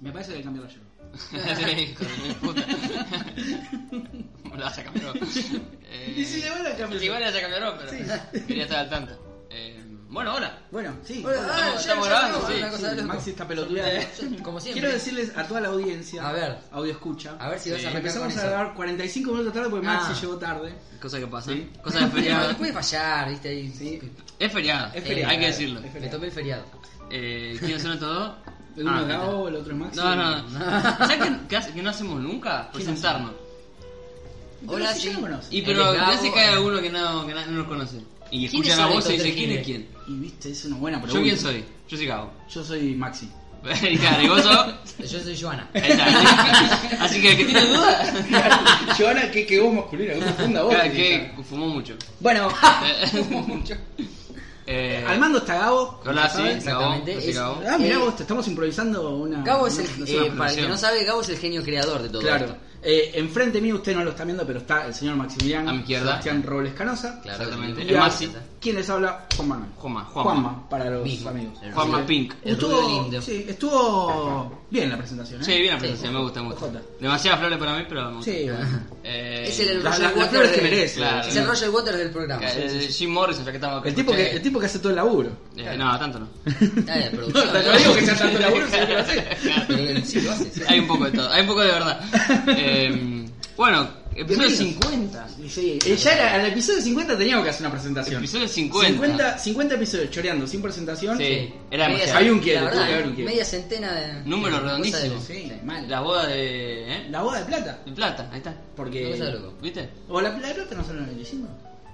Me parece que hay que cambiarlo yo. sí, hijo de puta. Me lo vas a cambiar. vos. Eh, Y si le van a cambiar. Igual le vas a cambiar, vos, pero Sí. quería estar al tanto. Eh, bueno, hola. Bueno, sí. Hola, hola. ah, Estamos- ya- estamos ya grabando, estamos, sí, una cosa de loco. Maxi está pelotuda. ¿eh? Como siempre. Quiero decirles a toda la audiencia, A ver. audio escucha. A ver si Sí, vas a arrancar con Empezamos a eso. grabar 45 minutos tarde porque Maxi Ah. llegó tarde. Cosa que pasa. Sí. Cosa de Pero feriado. puede fallar, viste ahí. Eh, Sí. es feriado. eh, Es feriado. Hay que decirlo. Es Me tomé el feriado. Eh, ¿Quiénes son estos dos? El uno Ah, es mira. Gabo, el otro es Maxi. No, no. ¿Sabes qué, qué hace- que no hacemos nunca? Pues ¿Qué no Presentarnos. Pero Hola, si yo sí. no conozco. Y Él pero es ya Gabo, se cae eh. alguno que no, que na- no nos conoce. Y ¿Quiénes escucha la son voz y estos dice, tres ¿quién es giles? quién? Y viste, es una buena pregunta. ¿Yo quién soy? Yo soy Gabo. Yo soy Maxi. y claro, y vos sos... Yo soy Joana. Ahí está. Así que el que tiene dudas, Joana, que quedó masculina, que profunda voz. que fumó mucho. Bueno, Eh, al mando está Gabo. Hola, sí, ¿sabes? Gabo. Exactamente, yo soy es- Gabo. Ah, mirá Eh, vos, te estamos improvisando una. Gabo es una- el. una eh, para el que producción. no sabe, Gabo es el genio creador de todo Claro. esto. Eh, enfrente mío, usted no lo está viendo, pero está el señor Maximiliano A mi izquierda. Sebastián Robles Canosa. Claro, Exactamente. Y El a- Maxi. ¿Quién les habla? Juan Manuel. Juanma, Juanma. Juanma, para los Mismo. amigos. El Juanma Así que Pink. El Estuvo, rubio lindo. sí, estuvo bien la presentación, ¿eh? Sí, bien la presentación, me gusta, me gusta. Jota. Demasiadas flores para mí, pero me gusta. Sí, bueno. Eh, Es el, el Las- las- Roger las Waters flores que de- merece. claro. Es el Roger Waters del programa. eh, Jim Morrison, ya que estamos El tipo, que, el tipo que hace todo el laburo. Eh, no, tanto no. Está bien, producción. No, no digo que sea tanto laburo, sino que lo hace. Pero él sí lo hace. sí. Hay un poco de todo, hay un poco de verdad. Eh, bueno, episodio Bienvenidos. 50. Y sí, eh, ya era- al episodio 50 teníamos que hacer una presentación. Episodio 50. 50, 50 episodios choreando sin presentación. Sí, era Media- demasiado. Hay un quiere, la verdad, tuvo que haber un quiere. Media centena de. Número de cosas de- redondísimo. Sí, mal. La boda de. ¿eh? La boda de plata. De plata, ahí está. Una cosa de Porque. loco. ¿Viste? O la, la de plata no sale en el 25.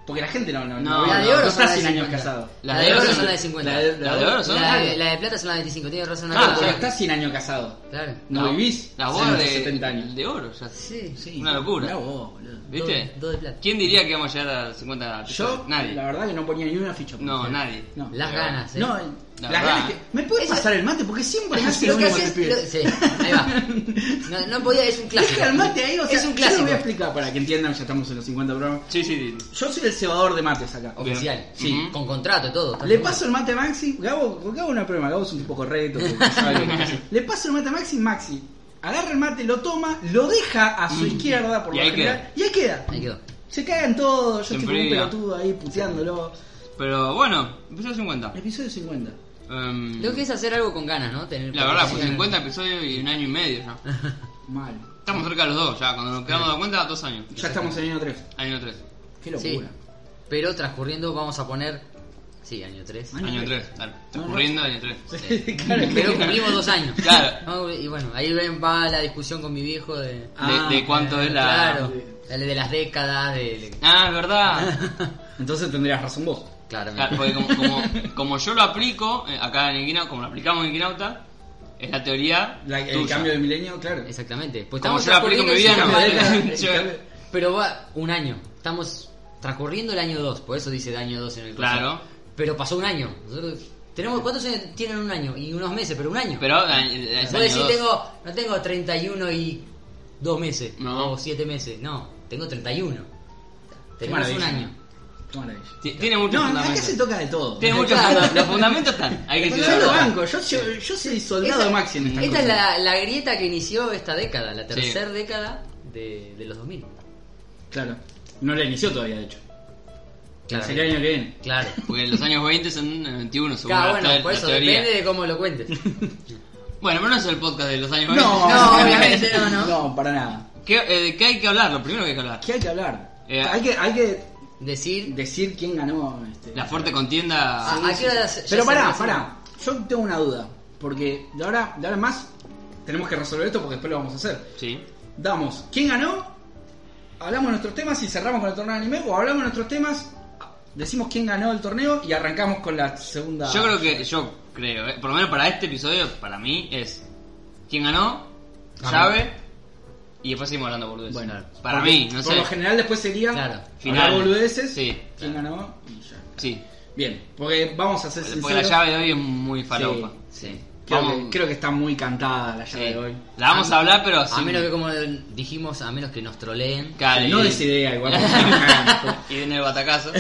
Porque la gente no. No, No, La de no, oro no son está las de 100 años 50. casado. La de oro son las de La 50. de, la de oro son. La de, la de plata son las 25, tiene razón. Ah, Porque sí. claro, está 100 años casado. claro. No La- vivís. La boda de. 70 años. De oro, ya. Sí, Sí, Una locura. mirá vos, boludo. ¿Viste? Dos- dos de plata. ¿Quién diría que íbamos a llegar a 50 episodios? Yo, Nadie. la verdad que no ponía ni una ficha. por No, hacer. nadie. No. Las Pero- ganas, eh. No, La las verdad. ganas que. ¿Me puede Eso- pasar el mate? Porque siempre me hace Lo lo que mismo este hace pibe. es- lo- sí, ahí va. No, no podía, es un clásico. Deja el mate ahí, o sea, es un yo lo clásico. voy a explicar para que entiendan, ya estamos en los 50 programas. Sí, sí. Yo soy el cebador de mates acá. Bien. Oficial. Sí. Ujú. Con contrato y todo. Le paso el mate a Maxi, Gabo, con Gabo no hay problema, Gabo es un tipo correcto, que sabe lo que hace. le paso el mate a Maxi, Maxi agarra el mate, lo toma, lo deja a su izquierda por Mm. Y lo ahí general, y ahí queda. Ahí quedó. Se cagan todos, yo Se estoy como un enfría. pelotudo ahí puteándolo. Pero bueno, episodio 50. Episodio 50. Em, Lo que es hacer algo con ganas, ¿no? Tener La verdad, pues Sí. 50 episodios y un año y medio ya. Mal. Estamos cerca de los dos ya, cuando nos quedamos de cuenta, dos años. Ya estamos en el año 3. Año 3. Qué Sí. locura. Pero transcurriendo, vamos a poner. Sí, año 3. Año Año tres. 3, dale. Transcurriendo año 3. Claro que- Pero cumplimos dos años. Claro. Vamos a cumplir- Y bueno, ahí ven- va la discusión con mi viejo de. Ah, de, de cuánto eh, es la. Claro, de, de las décadas, de. Ah, es verdad. Entonces tendrías razón vos. Claro, porque como, Claramente. como, como yo lo aplico eh, acá en Inquinauta, como lo aplicamos en Inquinauta, es la teoría. La- el tuya. cambio del milenio, claro. Exactamente. Pues Como estamos yo la aplico en mi vida, transcurriendo no. Cambio de el año- década, el Yo- cambio- Pero va un año. Estamos transcurriendo el año 2, por eso dice el año 2 en el Claro. coso. Pero pasó un año. Nosotros tenemos ¿Cuántos años tienen un año? Y unos meses, pero un año. Pero eh, es Vos año decís, dos. tengo, no tengo 31 y 2 meses, No. o 7 meses, no, tengo 31. Tenemos maravilla. un año. Qué maravilla. Ti- Tiene mucho No, acá se fundamento. toca de todo. Tiene mucho Claro. fundamento. Los fundamentos están. Hay que Yo decirlo. lo banco, yo, yo, yo soy soldado Esa- Maxi en esta esta es la, la grieta que inició esta década, la Sí. tercera década de, de los 2000. Claro. No la inició todavía, de hecho. Claro. Sería el año que viene. Claro. Porque los años 20 son eh, 21, según la, Claro, bueno, te- por la eso teoría. depende de cómo lo cuentes. Bueno, pero no es el podcast de los años 20. No, No, obviamente no, no. para nada. ¿Qué, eh, ¿De qué hay que hablar? Lo primero que hay que hablar. ¿Qué hay que hablar? Eh, hay, que, hay que Decir, decir quién ganó. Este, La fuerte contienda. Ah, ¿a qué hora se- ya Pero se pará, resuelve? pará. Yo tengo una duda. Porque de ahora, de ahora en más tenemos que resolver esto porque después lo vamos a hacer. Sí. Damos quién ganó, hablamos de nuestros temas y cerramos con el torneo de anime. O hablamos de nuestros temas, decimos quién ganó el torneo y arrancamos con la segunda. Yo creo que, yo creo, eh, por lo menos para este episodio, para mí es quién ganó, Ganó. llave y después seguimos hablando por Bueno, para porque mí, no Por sé. lo general después sería Claro. Final. final boludeces. Sí, ¿Quién ganó? Y ya. Sí, Bien, porque vamos a ser porque sinceros. la llave de hoy es muy falopa. sí. Creo, Vamos- que, creo que está muy cantada la Sí. llave de hoy. La vamos a hablar, pero A sin- menos que, como dijimos, a menos que nos troleen. Ah, Claro, No y- desidea igual. porque estamos cagando. y en el batacazo.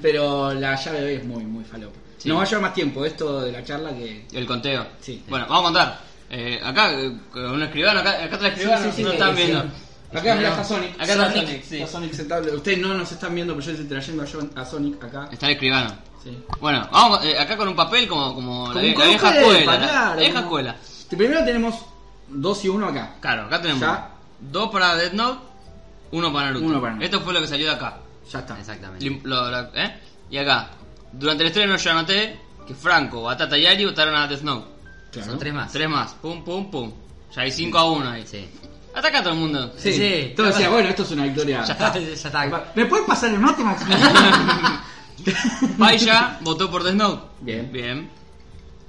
Pero la llave de hoy es muy, muy falopa. Sí. Nos va a llevar más tiempo esto de la charla que. El conteo. Sí. Bueno, vamos a contar. Eh, acá, eh, con un escribano, acá, acá está el escribano, Sí, sí, sí, no sí, están sí. viendo. Acá mirá, No. está Sonic. Acá está Sonic, sí. Está Sonic sentado. Ustedes no nos están viendo, pero yo estoy trayendo a, John- a Sonic acá. Está el escribano. Sí. Bueno, vamos eh, acá con un papel como, como, la, Como vie- con la vieja un cuerpo, escuela. la- claro, la vieja como- escuela. Primero tenemos 2 y 1 acá. Claro, acá tenemos Ya. dos para Death Note, uno para Naruto. Uno para Naruto. Esto fue lo que salió de acá. Ya está. Exactamente. Lim- lo- lo- ¿eh? Y acá, durante el estreno yo anoté que Franco, Batata y Ari votaron a Death Note. Claro. Son tres más. Tres más, pum, pum, pum. Ya hay 5 a 1 ahí. Sí. Hasta acá todo el mundo. Sí. Sí. Entonces decía, bueno, esto es una victoria. Ah, Ya está, ya está. ¿Me puedes pasar el mate, Max? Paisa votó por Death Note. Bien. Bien.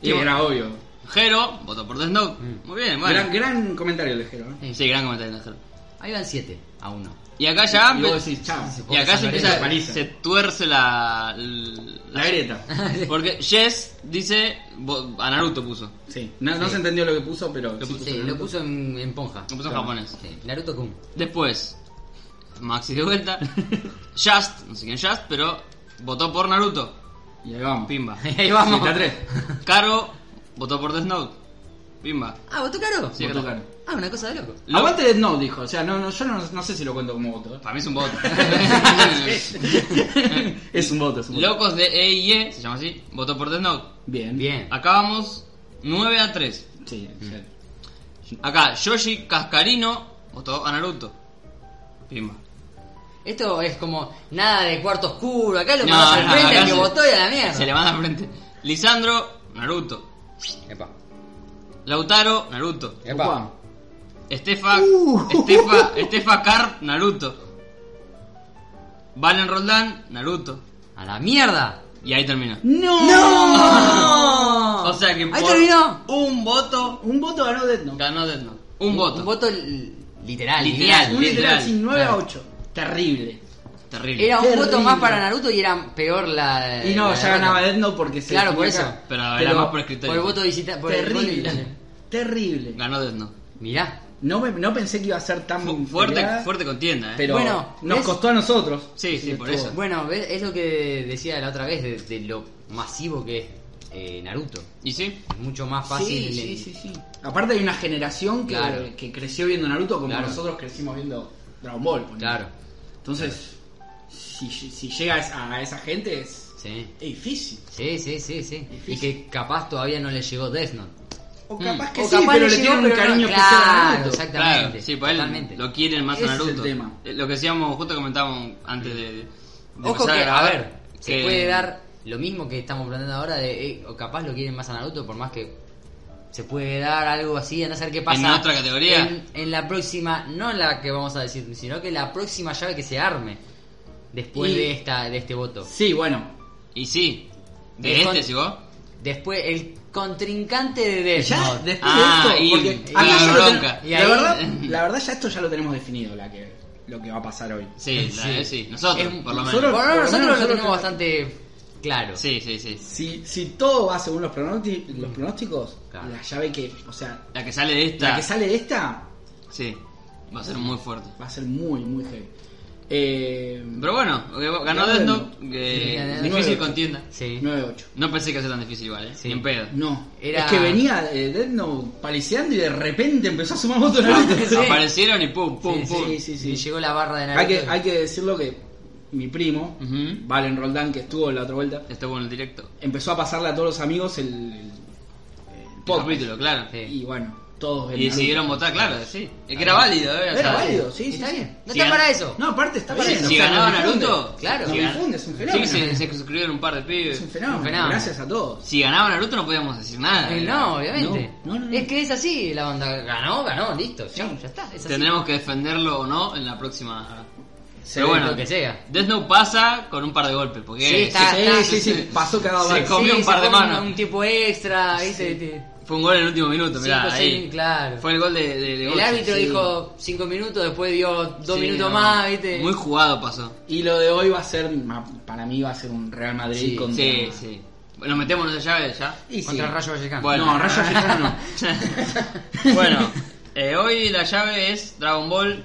Y era obvio. Jero votó por Death Note. Mm. Muy bien, bueno. Gran, gran comentario el ligero. ¿eh? Sí, gran comentario de Jero. Ahí van 7 a 1. Y acá ya... y empe- vos decís, chao. Sí, sí. Y acá se Esa empieza, paliza. se tuerce la, la, La grieta. Porque Jess dice, bo- a Naruto puso. Sí. No, no se entendió lo que puso, pero. sí Sí, el lo nombre. puso en, en ponja. Lo puso en Claro. japonés. Sí, Naruto Kun. Después, Maxi de vuelta, Just, no sé quién es Just, pero votó por Naruto. Y ahí vamos. Pimba. Ahí vamos. Sí, está tres. Caro votó por Death Note. Pimba. Ah, ¿votó caro? Sí. Voto claro. caro. Ah, una cosa de loco. Lo- Aguante Death Note, dijo. O sea, no, no, yo no, no sé si lo cuento como voto. Para mí es un voto. ¿eh? es un voto, es un voto. Locos de EIE, se llama así, votó por Death Note. Bien. Bien. Mm. Acá vamos 9 a 3. Sí, o sea, Acá, Yoshi Cascarino votó a Naruto. Pimba. Esto es como nada de cuarto oscuro. Acá lo No, mandas al no, frente acá al que se- votó y a la mierda. Se le manda al frente. Lisandro, Naruto. Epa. Lautaro, Naruto. Opa. Estefa, Uh. Estefa, Estefa Carp, Naruto. Valen Roldán, Naruto. A la mierda. Y ahí termina. ¡No! O sea que Ahí terminó. un voto Un voto ganó Death Note. ganó Death Note. Un, voto. Un voto li- literal, Literal. lineal. Un literal literal. sin 9 a Claro. 8. Terrible. Terrible. Era un Terrible. voto más para Naruto y era peor la. Y no, la ya derrota. ganaba Death Note porque se. Eh, Claro, por eso. tenía Pero era más por el criterio. Por el voto visitante. que- Terrible. Terrible. Ganó Death Note. Mirá. No, me- no pensé que iba a ser tan Fu- fuerte, peleada, fuerte contienda, eh. Pero Bueno, nos ¿ves? costó a nosotros. Sí, sí, por eso. Bueno, ¿ves? es lo que decía la otra vez de, de lo masivo que es eh, Naruto. ¿Y sí? Es mucho más fácil. Sí, en- sí, sí, sí. Aparte hay una generación que, Claro. que creció viendo Naruto como Claro. nosotros crecimos viendo Dragon Ball. ponele. Claro, Entonces, si, si llegas a esa gente es, sí. es difícil. Sí, sí, sí, sí. Y Difícil. que capaz todavía no le llegó Death Note. O Mm. capaz que O sí, capaz pero le le llegó, tienen un pero no- cariño claro, especial a Naruto. exacto. Exactamente, Claro, sí, pues él totalmente. lo quieren más Ese a es Naruto. el tema. Eh, Lo que decíamos, justo comentábamos antes de, de Ojo empezar que, a grabar, ver, se que- puede dar lo mismo que estamos planteando ahora de, eh, o capaz lo quieren más a Naruto, por más que se puede dar algo así, a no saber qué pasa. ¿En otra categoría? En, en la próxima, no en la que vamos a decir, sino que la próxima llave que se arme después Y- de esta de este voto. Sí, bueno. Y sí. Y De este, con- si vos. Después, el contrincante de Death Ya Note. después Ah, de y- esto, porque y acá la ya lo ten- bronca. Y la ahí- verdad, la verdad ya esto ya lo tenemos definido, la que, lo que va a pasar hoy. Sí, Sí. la- eh, sí. Nosotros, Es- por lo nosotros- menos. Por ahora por lo nosotros menos lo nosotros tenemos bastante claro. Sí, sí, sí. Si, si todo va según los, pronósti- los pronósticos, Claro. la llave que, o sea, La que sale de esta. la que sale de esta Sí. Va a ser muy fuerte. va a ser muy, muy heavy. Eh, Pero bueno, ok, ganó Ganó Death Death Note. Sí, ganó que Death difícil Note. contienda. Sí. 9-8. No pensé que iba a ser tan difícil igual, ¿eh? Sí. Ni en pedo. No, Era- es que venía eh, Death Note paliseando y de repente empezó a sumar votos Naruto. Sí. Aparecieron y pum, pum, Sí, pum. sí, sí, sí. Y llegó la barra de Naruto. Hay que, hay que decirlo que mi primo, Ujú. Valen Roldán, que estuvo en la otra vuelta, Estuvo en el directo. empezó a pasarle a todos los amigos el, el- el El podcast. capítulo, claro. Sí. Y bueno, todos Y Naruto. decidieron votar, claro, sí. Es que era válido, ¿eh? O Era sea, válido, sí, sí. Está sí. bien. No Si está gan- para eso. No, aparte está Sí, bien. si o sea, ganaba nos difunde. Naruto, claro. Nos Si gan- difunde, es un Sí, fenómeno. se, se suscribieron un par de Es pibes. un fenómeno. Un fenómeno. Gracias a todos. Si ganaba Naruto no podíamos decir nada. Eh, no, obviamente. No, no, no, no. Es que es así la onda. Ganó, ganó, listo. chau, ya está. Es así. Tendremos que defenderlo o no en la próxima. Se Pero ve bueno, lo que sea. Death Note pasa con un par de golpes. Porque Sí, está- Sí, está- sí, sí, pasó cada Se vez. co- comió un par se de fue manos. Un, un tiempo extra, ¿viste? Te- fue un gol en el último minuto, mirá. cinco, ahí. cinco, pues claro. Fue el gol de, de, de el Gochi, árbitro sí. dijo 5 minutos, después dio 2 Sí, minutos no. más, ¿viste? Muy jugado pasó. Y lo de hoy va a ser, ma- para mí va a ser un Real Madrid Sí, contra... Sí, sí. Bueno, metemos en esa llave ya. Y sí. Contra el Rayo Vallecano. Bueno. No, Rayo Vallecano no. bueno, eh, hoy la llave es Dragon Ball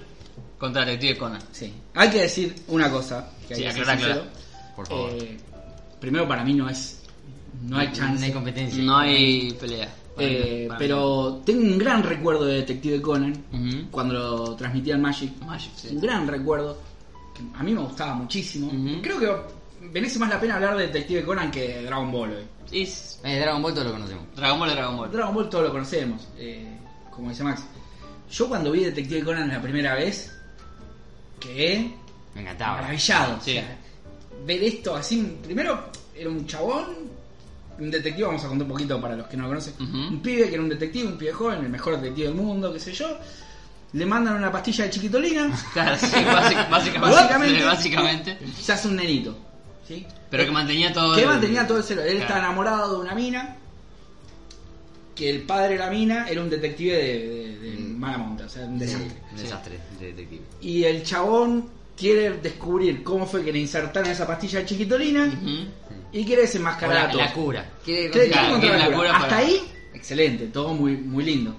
contra Detective Conan. Sí. Hay que decir una cosa. Que hay Sí, que ser aclará, sincero. aclará. Por favor. Eh, primero, para mí no es. No hay No chance. hay competencia. No hay pelea. O para mí, Eh, para mí. pero tengo un gran recuerdo de Detective Conan Ujú. cuando lo transmitía en Magic. Magic, sí. Un gran recuerdo. que A mí me gustaba muchísimo. Ujú. Creo que merece más la pena hablar de Detective Conan que de Dragon Ball hoy. Es Eh, Dragon Ball todos lo conocemos. Dragon Ball es Dragon Ball. Dragon Ball todos lo conocemos, eh, como dice Max. Yo cuando vi Detective Conan la primera vez, quedé Me encantaba. maravillado. Sí. O sea, ver esto así, primero era un chabón, un detective, vamos a contar un poquito para los que no lo conocen, Ujú. un pibe que era un detective, un pibe joven, el mejor detective del mundo, qué sé yo. Le mandan una pastilla de chiquitolina, Claro, sí, básica- básica- Básicamente. básicamente. básicamente. se hace un nenito. ¿sí? Eh, Pero que mantenía todo. Que el- mantenía todo el celo. Él Claro. estaba enamorado de una mina. Que el padre de la mina era un detective de, de- de Mm. mala monta, o sea, un desastre. Un desastre de detective. Y el chabón quiere descubrir cómo fue que le insertaron esa pastilla de chiquitolina Ujú. y quiere O desenmascarar a La, todos. la cura. Quiere Quiere- quiere Claro, encontrar quiere la la cura. cura Hasta para- ahí, excelente, todo muy, muy lindo.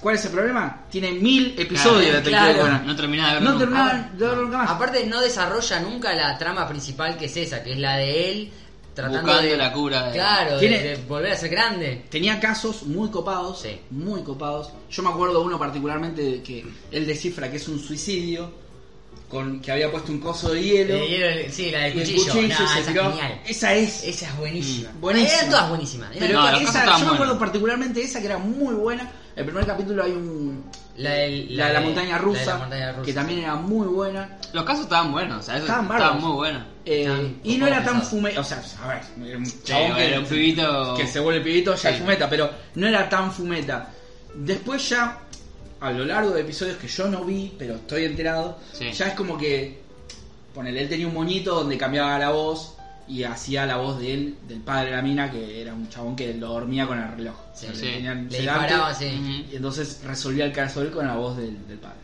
¿Cuál es el problema? Tiene mil episodios de Detective claro. Conan. No terminaba de verlo. No nunca. terminaba de verlo nunca más. Aparte no desarrolla nunca la trama principal que es esa, que es la de él tratando Buscando de la cura de- Claro, de- Tiene- de volver a ser grande. Tenía casos muy copados, Sí. muy copados. Yo me acuerdo uno particularmente de que él descifra que es un suicidio, con que había puesto un coso de hielo. Le dieron el- sí, la del y el cuchillo. cuchillo Nah, y se esa es tiró. genial. Esa es. Esa es buenísima. Mm. Buenísima. Eran todas buenísimas. ¿eh? Eran Pero No, todas- los esa- casos estaban yo me acuerdo buenos. particularmente de esa que era muy buena. El primer capítulo hay un... la, del- La de la montaña rusa, la de la montaña rusa, que también sí. era muy buena. Los casos estaban buenos, o sea, eso Estaban estaban, bárbaros. muy buenos. Eh, Estaban y no era poco tan pesados. fumeta, o sea, a ver, era un Sí, chabón que- era un pibito. que se vuelve pibito ya es Sí. fumeta, pero no era tan fumeta. Después ya, a lo largo de episodios que yo no vi, pero estoy enterado, Sí. ya es como que, ponele, él tenía un monito donde cambiaba la voz y hacía la voz de él, del padre de la mina, que era un chabón que lo dormía con el reloj. Sí, O sea, sí. tenían Le sedante disparaba así. Ujú. Y entonces resolvía el caso él con la voz del, del padre.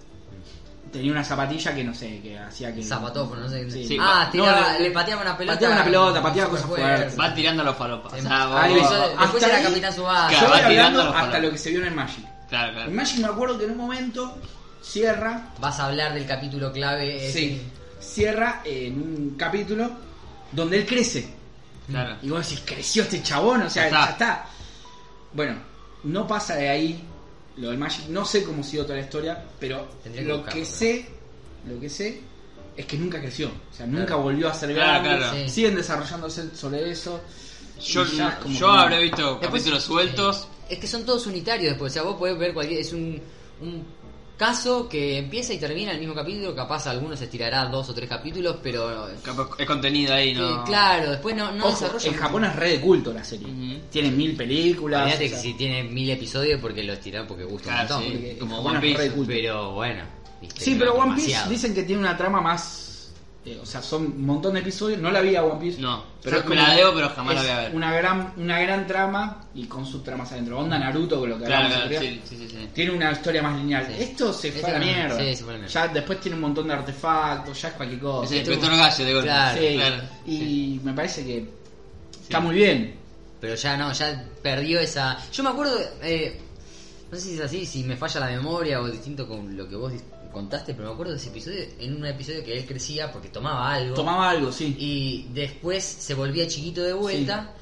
Tenía una zapatilla que no sé, que hacía que... Zapatófono, no sé. Sí. Sí, ah, pa- tiraba, no, le pateaba una pelota. pateaba una pelota, pateaba Súper cosas fuertes. Va tirando los falopas. O sea, Em- vos- Ahí Empezó- va. después Hasta era ahí- Capitán Subasa. Yo Claro, voy va hablando tirando los hasta palos. lo que se vio en el Magic. Claro, claro. En Magic me acuerdo que en un momento cierra, Vas a hablar del capítulo clave. eh, ese. sí, cierra eh, en un capítulo donde él crece. Claro. Y vos decís, creció este chabón, o sea, Ya ya está. está. Bueno, no pasa de ahí lo del Magic. No sé cómo siguió toda la historia, pero Tendría que lo buscarlo, que pero- sé, lo que sé es que nunca creció. O sea, nunca Claro. volvió a ser Claro, grande. claro. Sí. Siguen desarrollándose sobre eso. Yo, Y ya es como yo que no. habré visto Después- capítulos sueltos. Es que son todos unitarios después. O sea, vos podés ver cualquier. Es un, un caso que empieza y termina en el mismo capítulo. Capaz algunos estirará dos o tres capítulos, pero. Capaz El contenido ahí, ¿no? Eh, claro, después no, no Ojo, desarrolla en mucho. Japón es re de culto la serie. Ujú. Tiene mil películas. Olvídate o que sea, si tiene mil episodios porque los tiraron porque Ah, gusta Claro, un sí, montón. porque en como Japón One es re Piece. de culto. Pero bueno. viste, Sí, no pero es One Piece demasiado. dicen que tiene una trama más. eh, o sea, son un montón de episodios. No la vi a One Piece. No, pero yo es me como- la debo, pero jamás la es voy a ver. Una gran, una gran trama y con sus tramas adentro. Onda Naruto, con lo que Claro, hablamos claro, el otro sí, día. sí, sí. sí. Tiene una historia más lineal. Sí. Esto se Esto fue a la no, mierda. sí, se fue a la mierda. Ya después tiene un montón de artefactos, ya es cualquier cosa. Es el esto- inspector Gallo de golpe. Claro, Sí, claro. Y Sí. me parece que está muy bien. Pero ya no, ya perdió esa. Yo me acuerdo. eh, no sé si es así, si me falla la memoria o distinto con lo que vos dis- contaste, pero me acuerdo de ese episodio. En un episodio que él crecía porque tomaba algo. Tomaba algo, sí. Y después se volvía chiquito de vuelta.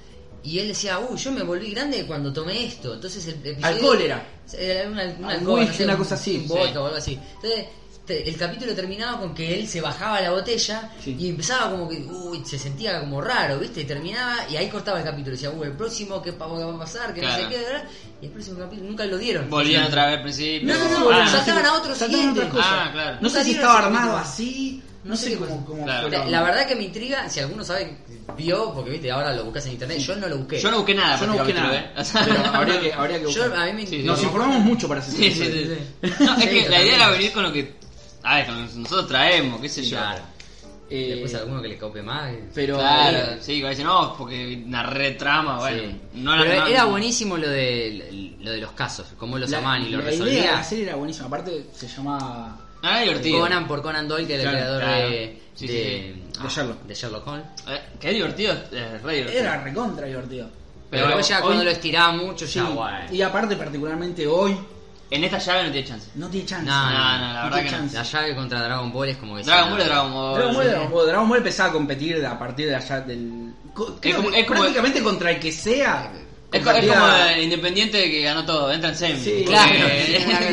Y él decía, uy, yo me volví grande cuando tomé esto. Entonces el episodio. Alcohol era. Eh, Era una, una, Ah, alcohol, whisky, una cosa así, un vodka sí. o algo así. Entonces. te- El capítulo terminaba con que él se bajaba la botella Sí. y empezaba como que, uy, se sentía como raro, ¿viste? Y terminaba y ahí cortaba el capítulo. Decía, uy, el próximo, ¿qué, pavo que va a pasar? Que no Claro. sé qué, ¿verdad? Y el próximo capítulo nunca lo dieron. Volvían otra vez al principio. No, no, no, Ah, volvían, sí. saltaban a otro Saltaban a siguiente. otras cosas. Ah, claro. No sé si Salieron estaba ese armado capítulo. así. No, No sé sé cómo, cómo- cómo Claro. fue La, la verdad que me intriga, si alguno sabe, vio, porque viste, ahora lo buscas en internet, yo no lo busqué. Yo no busqué nada. Yo no ah, para busqué este capítulo, nada. ¿eh? O sea, Pero habría que, habría que Yo, buscar. a mí me Sí, sí, Nos sí. informamos mucho para hacer Sí, ese sí, episodio. sí. No, es Sí, que la idea era totalmente. venir con lo que. A ver, con lo que nosotros traemos, qué sé yo. Claro. Eh, Después alguno que le copie más. eh. pero Claro, sí, que dicen, no, porque una retrama, Ah, bueno. Sí. No la Pero no- era buenísimo lo de lo de los casos, cómo los la, amaban y los la idea de la resolvían. serie era buenísima. Aparte, se llamaba. No era divertido. Conan por Conan Doyle, que era el Claro, creador claro. de, Sí, de, ah, sí, sí. De Sherlock. de Sherlock Holmes. Eh, Qué divertido, es re divertido. Era recontra divertido. Pero, Pero después ya hoy- cuando lo estiraba mucho, Sí, ya guay. Y aparte, particularmente hoy, En esta llave no tiene chance. no tiene chance. No, no, no, la verdad tiene que no. chance. La llave contra Dragon Ball es como que Dragon se- Ball es Dragon Ball. Dragon Ball, Dragon Ball, Dragon Ball empezaba a competir a partir de allá del. co- creo como- que es como- prácticamente contra el que sea. Es, co- es compartía- como el Independiente que ganó todo, entra en semi. Sí, Claro, Porque- ya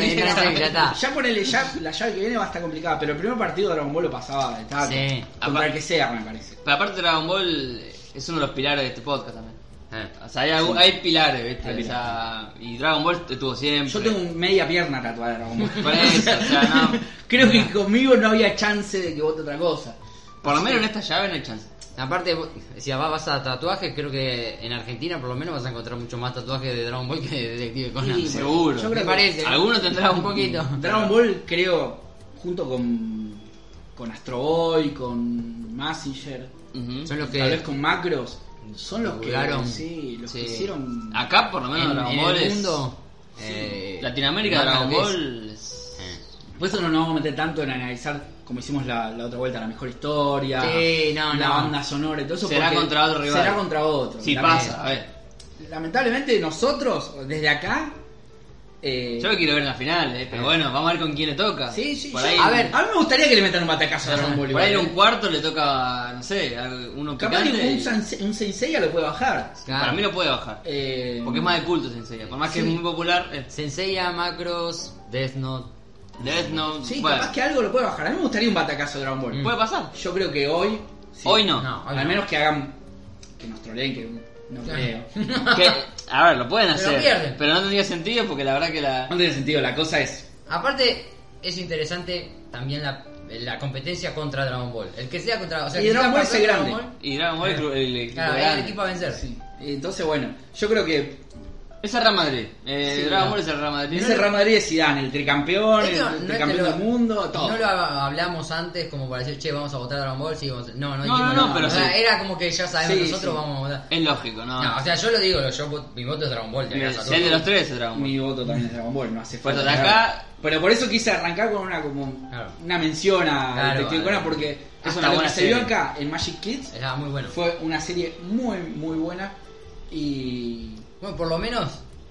está. Ya ponele, ya, la llave que viene va a estar complicada, pero el primer partido Dragon Ball lo pasaba de taco. Sí. Contra Apa- el que sea, me parece. Pero aparte Dragon Ball es uno de los pilares de este podcast también. Eh. O sea, hay, algu- hay pilares, ¿viste? Hay O sea, y Dragon Ball estuvo siempre. Yo tengo un media pierna tatuada de Dragon Ball. Por eso, o sea, no. Creo que conmigo no había chance de que vote otra cosa. Por lo menos en esta llave no hay chance. Aparte, vos- si vas- vas a tatuajes, creo que en Argentina por lo menos vas a encontrar mucho más tatuajes de Dragon Ball que de Detective Conan. Sí, seguro. Yo creo Me que- parece. Alguno tendrá un Un poquito. Dragon Ball, creo, junto con, con Astro Boy, con Massinger, Ujú. Son los tal vez que. con Macros, son los que, Jugaron. sí, los Sí. que hicieron... Acá, por lo menos, En, Dragon en Ball el es. mundo. eh, Latinoamérica, marca Dragon lo que es. Ball. es- Eh. Por eso no nos vamos a meter tanto en analizar como hicimos la, la otra vuelta, la mejor historia, Sí, no, la no. banda sonora y todo eso. Será porque contra otro rival. Será contra otro. Sí, Lame- pasa, a ver. Lamentablemente nosotros, desde acá... eh, Yo lo quiero ver en la final, eh, pero Eh. bueno, vamos a ver con quién le toca. sí, sí, Por yo- ahí, a ver, a mí me gustaría que le metan un batacazo a Dragon Ball. por ahí en igual, un eh. cuarto le toca, no sé, a uno Capaz que picante. un, y- sense- un Sensei ya lo puede bajar. Claro. Para mí no puede bajar. Eh, Porque es más de culto Sensei. Por más que Sí. es muy popular, es Senseiya, Macros, Death Note. Death Note. Sí, bueno, capaz que algo lo puede bajar. A mí me gustaría un batacazo de Dragon Ball. puede pasar. Yo creo que hoy. sí. Hoy no. No. Al menos que hagan. Que nos troleen, que no creo. no Que- a ver, lo pueden Pero hacer. pierden. pero no tendría sentido porque la verdad que la. tiene sentido, la cosa es. Aparte, es interesante también la, la competencia contra Dragon Ball. El que sea contra. O sea, Y que sea Dragon Ball es campeón el Dragon grande. Ball, Y Dragon Ball es el, el- Claro, el es el grande. equipo a vencer. Sí. Entonces, bueno, yo creo que. Es el Real Madrid. Eh, Sí, Dragon no. Ball es el Real Madrid. Ese Real Madrid es Zidane, el tricampeón, Esto no el es que tricampeón lo- del mundo, todo. No lo ha- hablamos antes como para decir, che, vamos a votar Dragon Ball. Sí, vamos a- No, no, No, dijimos no, no, nada. pero O sea, sí. Era como que ya sabemos Sí, nosotros sí. vamos a votar. Es lógico, ¿no? No, o sea, yo lo digo, yo, vot- mi voto es Dragon Ball. de el, acaso. el de los tres es Dragon Ball. Mi voto también es Dragon Ball, no hace Por falta. eso de acá- nada. Pero por eso quise arrancar con una como Claro. una mención a Claro, Detective vale. Conan porque Es hasta una lo buena que se vio serie. acá en Magic Kids Era muy bueno. fue una serie muy muy buena y Bueno, por lo menos,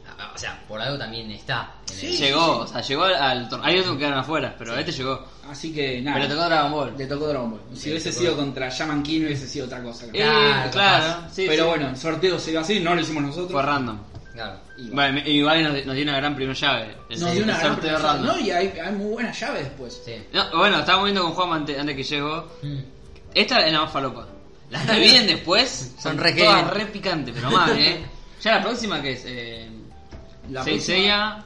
a- a- o sea, por algo también está. en Sí. llegó, o sea, llegó al torneo. Hay otros que quedaron afuera, pero este llegó. así que nada. Pero tocó Dragon Ball. Le tocó Dragon Ball. Si Le hubiese tocó. sido contra Shaman King hubiese sido otra cosa. creo. Eh, Claro, claro, capaz. sí. Pero sí. bueno, el sorteo se dio así, no lo hicimos nosotros. Fue random. el- Claro. Y bueno, Bueno, me- igual nos, nos dio una gran primera llave. El, nos dio el una gran sorteo sorpresa, random. ¿no? Y hay, hay muy buena llave después. Sí. No, bueno, estábamos viendo con Juan antes, antes que llegó. Mm. Esta es la más falopa. Las que vienen después son Son re todas que- re picantes, pero más, ¿eh? Ya la próxima que es. Eh, La Saint próxima- Seiya.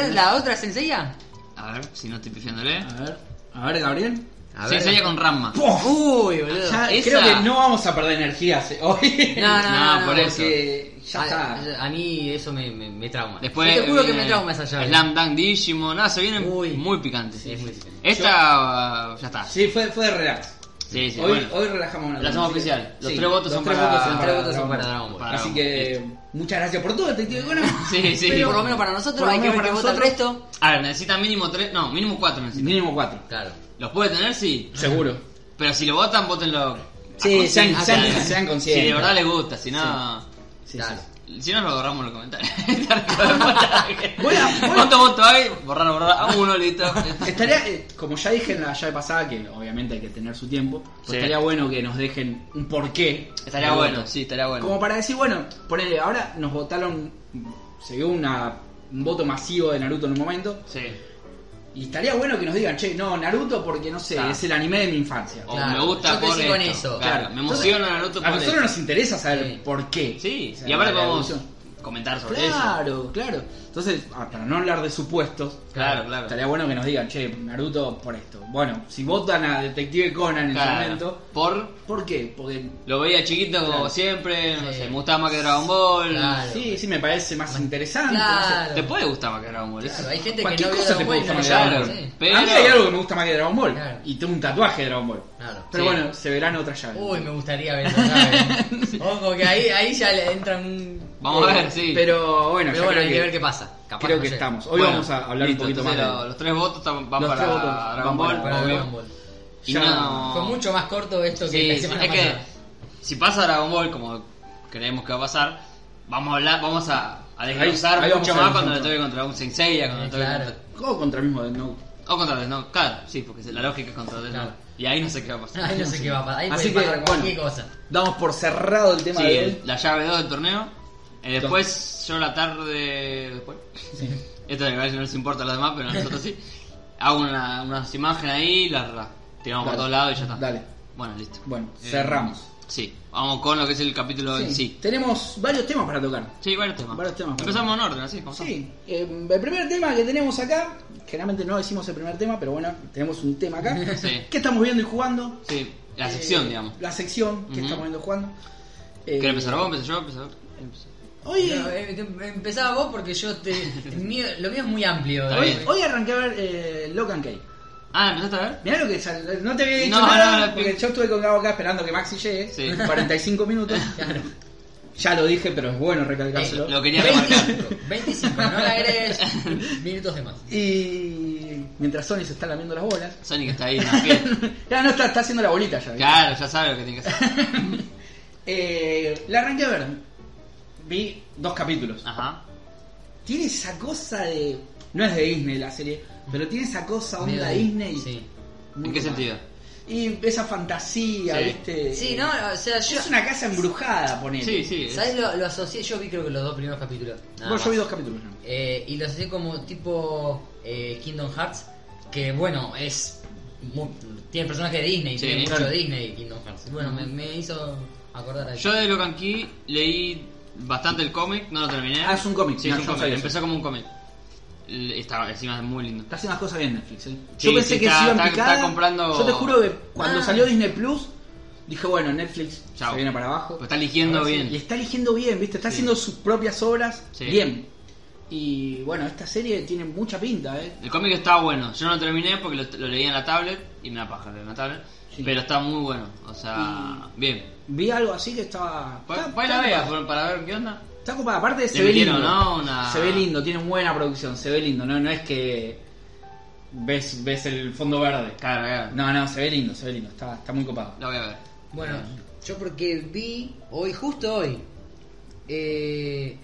¿Ya es la otra sencilla? A ver si no estoy pifiándole. A ver, a ver Gabriel. A Saint ver. Seiya con Ranma. ¡Puf! Uy, boludo. Ya Uh, esa- Creo que no vamos a perder energías eh, hoy. No, no, no, No, no, por eso. Porque ya a, está. a mí eso me, me, me trauma. Después Yo te juro que viene me trauma esa llave. Slam Dunk Digimon. No, se vienen Uy. muy picantes. Sí, es muy picante. Esta ya está. Sí, Sí, fue, fue de relax. sí, hoy, bueno. hoy relajamos una Lo hacemos así que- oficial. Los sí, tres votos los son tres para- votos Los son tres votos Dragon son para Ball. Dragon Ball. Para Así Dragon que muchas gracias por todo, Detective Conan. Sí, sí. Pero por lo menos para nosotros Por lo hay que menos ver que para vota el resto. A ver, necesitan mínimo tres. No, mínimo cuatro necesitan. Mínimo cuatro. Claro. ¿Los puede tener? Sí. Seguro. Pero si lo votan, votenlo. Sí, sean, Ah, sean, claro. sean Si conscientes. de verdad les gusta, si no. Sí, claro. sí. Si no, lo borramos en los comentarios. Voy a- voy a- ¿Cuántos votos hay? Borrar, borrar. A uno, listo. Estaría, eh, como ya dije en la llave pasada, que obviamente hay que tener su tiempo, pues Sí. estaría bueno que nos dejen un porqué. Estaría del bueno, voto. sí, estaría bueno. Como para decir, bueno, ponele, ahora nos votaron, se vio una, un voto masivo de Naruto en un momento, Sí. y estaría bueno que nos digan, che, no, Naruto porque no sé, Claro. es el anime de mi infancia. Ah. O Claro, me gusta yo crecí por con esto. eso. Claro, Claro. me emociona Naruto A por nosotros esto. nos interesa saber Sí. por qué. Sí, O sea, y aparte la podemos evolución. comentar sobre eso. Claro, claro. Entonces, ah, para no hablar de supuestos, Claro, claro. Estaría bueno que nos digan, che, Naruto por esto. Bueno, si votan a Detective Conan en Claro. su momento, Por. ¿por qué? Porque Lo veía chiquito como Claro. siempre, no Sí. sé, me gustaba más que Dragon Ball. Claro. sí, sí me parece más interesante. Claro. Te puede gustar más que Dragon Ball. eso. Claro, hay gente que Cualquier no vio cosa te Dragon puede gustar Ball. más que claro, Dragon sí. Ball. Pero- A mí hay algo que me gusta más que Dragon Ball. Claro. Y tengo un tatuaje de Dragon Ball. Claro. Pero Sí. bueno, se verán otras llaves. Uy, me gustaría ver esa llave. Ojo, que ahí, ahí ya le entran un... Vamos a Eh, ver, sí. Pero bueno, yo Pero bueno, creo hay que- que ver qué pasa. Capaz creo no que llega. estamos. Hoy Bueno, vamos a hablar listo, un poquito más. entonces de- lo- Los tres votos tam- van Los para tres votos Dragon van Ball. para Para obvio. Dragon Ball. Y Ya- no- Fue mucho más corto esto Sí, que la sí, semana es que pasada. si pasa Dragon Ball como creemos que va a pasar, vamos a hablar, vamos a, a desglosar Ahí- ahí vamos mucho a más ver cuando le nosotros. toque contra un Senseiya, cuando le toque Eh, Claro. ¿Cómo contra el mismo de No? contra- o contra Death Note, claro, sí, porque la lógica es contra Death Claro. Note. Y ahí no sé qué va a pasar. Ahí no Ah, sé qué va a pasar. Ahí Así puede que, pasar cualquier bueno. cosa. Damos por cerrado el tema Sí, de hoy. la llave 2 del torneo. Eh, después, yo la tarde. Después. Esto de que no les importa a los demás, pero a nosotros sí. Hago una- unas imágenes ahí, las ra- tiramos Dale. por todos lados y ya está. Dale. Bueno, listo. Bueno, Eh, cerramos. Sí, vamos con lo que es el capítulo en sí. Tenemos varios temas para tocar. Sí, varios temas. Varios temas. Empezamos en orden, así como son. Sí, eh, el primer tema que tenemos acá, generalmente no decimos el primer tema, pero bueno, tenemos un tema acá. Sí. ¿Qué estamos viendo y jugando? Sí, la Eh, sección, digamos. La sección que Ujú. estamos viendo y jugando. Eh, ¿Querés empezar vos? ¿Empezar yo? ¿Empezar? empezar. Hoy, No, eh, empezaba vos porque yo te. el mío- lo mío es muy amplio. Está eh. bien. hoy arranqué a ver eh, Lock and Key. Ah, ¿empezaste a ver? Mirá lo que sal- no te había dicho No, nada, no, no, porque pi- yo estuve con Gabo acá esperando que Maxi llegue, Sí. 45 minutos. Ya lo dije, pero es bueno recalcárselo. Eh, Lo quería remarcar. 25, no le agregues minutos de más. Y mientras Sony se está lamiendo las bolas. Sonic está ahí, en la piel. ya no está, está haciendo la bolita ya. ¿viste? Claro, ya sabe lo que tiene que hacer. Eh, la arranqué a ver. Vi dos capítulos. Ajá. Tiene esa cosa de. No es de Disney la serie, pero tiene esa cosa onda Medio- Disney. Sí. Muy ¿En qué mal. sentido? Y esa fantasía, Sí. ¿viste? Sí, no, o sea, yo. Eh, Es una casa embrujada, ponele. Sí, sí. es- ¿Sabes? Lo, lo asocié, yo vi creo que los dos primeros capítulos. nada Bueno, yo vi más. dos capítulos. ¿no? Eh, y lo asocié como tipo eh, Kingdom Hearts, que bueno, es. mu- tiene personajes de Disney, Sí, tiene mucho claro. Disney Kingdom Hearts. Bueno, me, me hizo acordar a eso. Yo de Logan Key leí bastante el cómic, no lo terminé. Ah, es un cómic, Sí, no, es un yo no cómic. sabía Empezó como un cómic. L- Está encima es muy lindo. Está haciendo las cosas bien Netflix, ¿eh? Sí, Yo pensé sí, que está- se iban está- picada. está comprando- Yo te juro que cuando Ah. salió Disney Plus, dije, bueno, Netflix Chao. se viene para abajo. Pero está eligiendo Ahora sí, Ah, Y bien. está eligiendo bien, ¿viste? Está haciendo sus propias obras Sí. bien. Y bueno, esta serie tiene mucha pinta, ¿eh? El cómic está bueno. Yo no lo terminé porque lo, lo leí en la tablet y me da paja leer en la tablet. Sí. Pero está muy bueno. O sea, bien. Vi algo así que estaba. Pa- está- pa' Pues, la está vea, copada. por- para ver qué onda. Está copada. Aparte, se Le ve metieron, lindo. ¿no? Una- Se ve lindo, tiene buena producción, se ve lindo. No, no es que. Ves, ves el fondo verde. Claro, claro. No, no, se ve lindo, se ve lindo. Está, está muy copado. Lo voy a ver. Bueno, yo porque vi hoy, justo hoy, eh,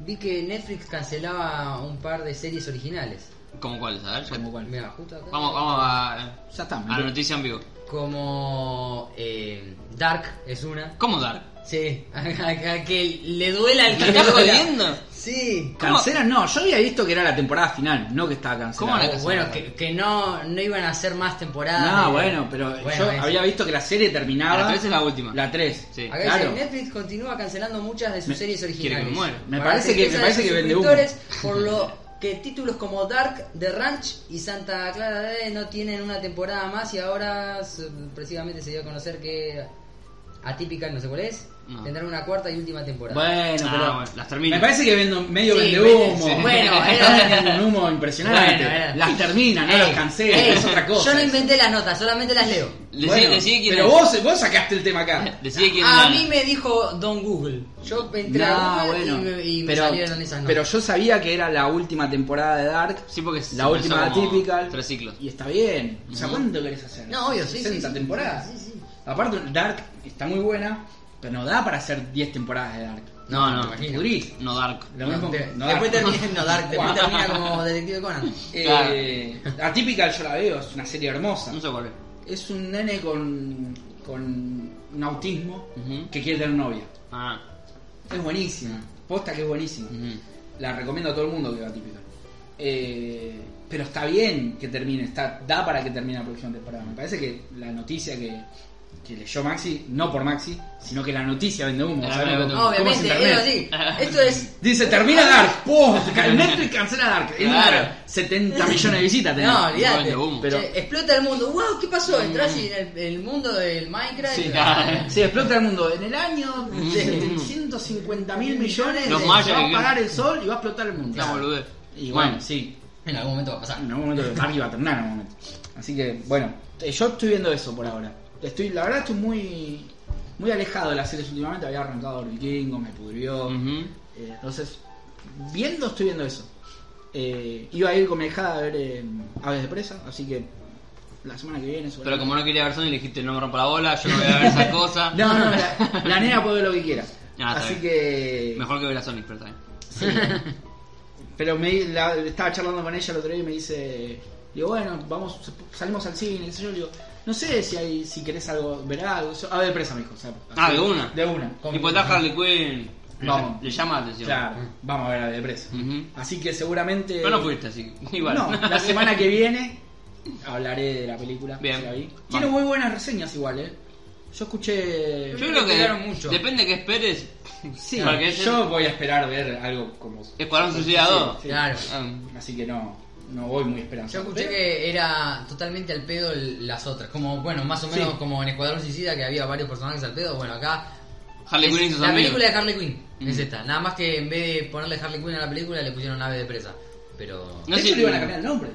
vi que Netflix cancelaba un par de series originales. ¿Cómo cuáles? A ver. ya- Como cual. Mirá, justo acá. Vamos, vamos a, Ya está. a la noticia en vivo. Como eh, Dark es una. ¿Cómo dar? Sí, a, a- a que le duela al ¿Me que le estás duela. jodiendo? Sí. ¿Cómo? Cancela, no, yo había visto que era la temporada final, no que estaba cancelada. ¿Cómo la O bueno, que, que no, no iban a hacer más temporadas. No, Eh, bueno, pero bueno, yo es- había visto que la serie terminaba. La tres es la última. La 3. Sí. Acá dice, claro. Netflix continúa cancelando muchas de sus Me- series que me originales. muera. Me Para parece que- tristeza me parece de sus que vende humo. suscriptores, Por lo que títulos como Dark, The Ranch y Santa Clara D no tienen una temporada más y ahora se- precisamente se dio a conocer que Atípica, no sé cuál es, No. tendrán una cuarta y última temporada. Bueno, Ah, pero. bueno, las termina. Me parece que vendo, medio Sí, vende vende- humo. sí. Bueno, Está era- vendiendo un humo impresionante. Bueno, era- Las termina, no Ey, las cancela, ey, es otra cosa. Yo no inventé las notas, solamente las leo. Decide, Bueno, decide quién pero es. vos, vos sacaste el tema acá. Decide quién a gana. mí me dijo Don Google. Yo entré a No, Google bueno. y me, y me pero, salieron esas notas. pero yo sabía que era la última temporada de Dark. Sí, porque se la última empezó como atípica. Tres ciclos. Y está bien. O sea, Ujú. ¿cuánto querés hacer? No, obvio, sí, sí, 60 sí. temporadas. Sí, sí. Aparte, Dark está muy buena, pero no da para hacer 10 temporadas de Dark. No, no, Te pudrís. no Dark. Lo mismo- Te- no después, da. termina, no, Dark, después termina como Detective Conan. Eh, Atypical yo la veo, es una serie hermosa. No sé cuál es. Es un nene con, con un autismo Ujú. que quiere tener novia. Ah, Es buenísima, posta que es buenísima. ujú. La recomiendo a todo el mundo que vea Atypical. Eh, pero está bien que termine, está, da para que termine la próxima temporada. Me parece que la noticia que, que leyó Maxi, no por Maxi, sino que la noticia vende humo. Ah, ¿sabes? vende ¿Cómo- humo. cómo es Obviamente, internet? es así. Esto es. Dice, termina Dark. ¡Pum! Netflix cancela Dark. Claro. Claro. 70 millones de visitas tenés. No, Vende olvídate. humo. Che, Explota el mundo. ¡Wow! ¿Qué pasó? Entrás y en el, el mundo del Minecraft. Sí, y- claro. Sí, explota el mundo. En el año, 150 mil millones, Los eh, mayas va a que- pagar el sol y va a explotar el mundo. Una boludez. Y bueno, sí. En algún momento va a pasar. En algún momento Dark va a terminar en algún momento. Así que, bueno, eh, yo estoy viendo eso por ahora. Estoy, la verdad estoy muy muy alejado de las series últimamente. Había arrancado el vikingo, me pudrió. Ujú. Eh, entonces, viendo, estoy viendo eso. Eh, iba a ir con mi hija a ver eh, Aves de Presa, así que la semana que viene. Pero seguramente. como no quería ver Sony, le dijiste no me rompa la bola, yo no voy a ver esa cosa. No, no, la, la nena puede ver lo que quiera. Ah, está así bien. que. Mejor que ver a Sonic, pero también. Sí. Pero me, la- estaba charlando con ella el otro día y me dice, digo, bueno, vamos, salimos al cine, qué sé yo, le digo, no sé si hay, si querés algo, ver algo, a ver ah, presa, me dijo, o sea, Ah, así, de una. De una. Tipo está Harley Quinn. Vamos. Le llama la atención. Claro, vamos a ver a De Presa. Ujú. Así que seguramente. Pero Mm. no fuiste, así que igual. No, la semana que viene hablaré de la película. Bien. que la vi. Vamos. Tiene muy buenas reseñas igual, eh. Yo escuché. Yo creo que Cuidaron mucho. depende que esperes. Sí, porque es yo voy a esperar ver algo como. Escuadrón Suicida 2. Sí. Claro. Ah, Así que no, no voy muy Yo esperanzado. escuché Pero- que era totalmente al pedo el- las otras. Como, bueno, más o menos Sí. como en Escuadrón Suicida que había varios personajes al pedo. Bueno, acá. Harley es Quinn y sus La amigos. película de Harley Quinn es Mm. esta. Nada más que en vez de ponerle Harley Quinn a la película, le pusieron ave de presa. Pero. De No hecho, sé- le iban a cambiar el nombre.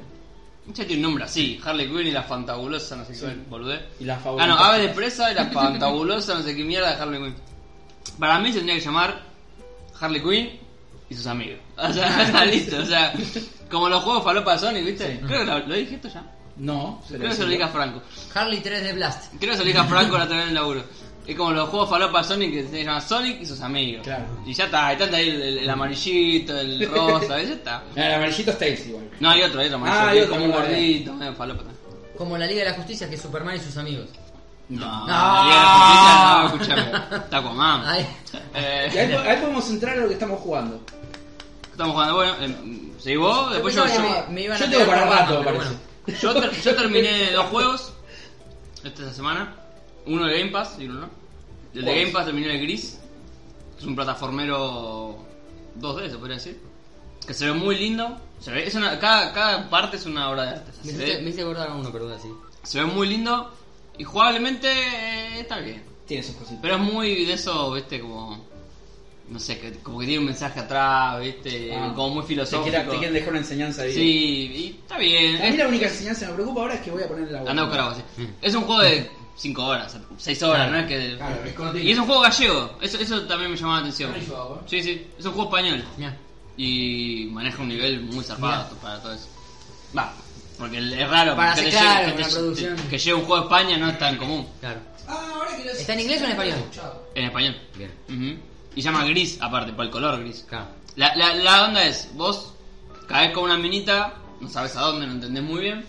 Ya tiene un nombre así, Harley Quinn y la fantabulosa, no sé qué boludez. Y la Ah, no, Ave de Presa y la fantabulosa, no sé qué mierda de Harley Quinn. Para mí se tendría que llamar Harley Quinn y sus amigos. O sea, está listo, o sea, como los juegos falopa de Sonic, ¿viste? Creo que lo, lo dije esto ya. No, se Creo que se lo dije a Franco. Harley 3 de Blast. Creo que se lo dije a Franco la tener en el laburo. Es como los juegos falopa de Sonic que se llaman Sonic y sus amigos. Claro. Y ya está, ahí está ahí el, el- el amarillito, el rosa, ya está. No, Ah, el amarillito está ese igual. No, hay otro, hay otro amarillo. Ah, hay que es otro, como un claro. gordito, medio falopa. Como la Liga de la Justicia, que es Superman y sus amigos. No, No. la Liga de la Justicia, no, escuchame. Aquaman. Ahí. Eh, Y ahí, po- ahí podemos entrar a lo que estamos jugando. estamos jugando, bueno, eh, seguí vos, después yo, pensaba que yo, me, me iban yo a tengo pegar para por rato, Batman, pero parece. yo ter- yo terminé dos juegos esta semana. Uno de Game Pass y uno no. El de ¿Cuál? Game Pass terminé el gris. Es un plataformero 2D, se podría decir. Que se ve muy lindo. Se ve, es una, cada, cada parte es una obra de arte. Me Se hice, me ve, hice acordar a uno, perdón, así. se ve muy lindo y jugablemente eh, está bien. Tiene sus cositas. Pero es muy de eso, viste, como. No sé, que- como que tiene un mensaje atrás, viste, Ah. como muy Te filosófico. quieren, te quieren dejar una enseñanza ahí. sí, y está bien. A mí Es, la única enseñanza que me preocupa ahora es que voy a poner la anda a buscar algo así. Es un juego de 5 horas, 6 horas, ¿no? Es que, Claro, es cortito. y es un juego gallego, eso, eso también me llamó la atención. Rico, ¿eh? Sí, sí, es un juego español. Mirá. Y maneja un nivel muy zarpado para todo eso. Va, ¿eh? porque es raro Para que, hacer te llegue- claro, que te- una producción. que llegue un juego a España no es tan común. Claro. Ah, ahora que lo ¿Está en inglés o en español? En español. Bien. Ujú. Y se llama gris, aparte, por el color gris. Claro. La, la, la onda es, vos caes con una minita, no sabes a dónde, no entendés muy bien,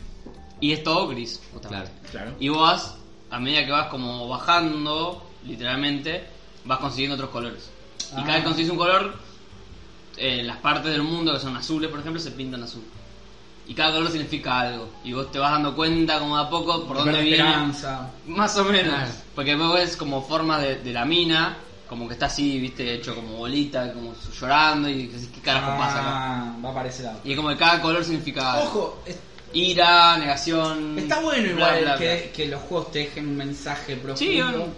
y es todo gris. Claro. Claro. Y vos, vas, a medida que vas como bajando, literalmente, vas consiguiendo otros colores. Y Ah. cada vez consigues un color, eh, las partes del mundo que son azules, por ejemplo, se pintan azul. Y cada color significa algo. Y vos te vas dando cuenta como de a poco por Te dónde perdés viene. esperanza. Más o menos. Claro. Porque vos ves como forma de, de la mina, como que está así, viste, hecho como bolita, como su- llorando y decís, ¿qué carajo pasa acá? Ah, va para ese lado. Y es como que cada color significa Ojo, es- ira, negación. está bueno Mm. bla, igual bla, que, que los juegos te dejen un mensaje profundo. Sí, bueno.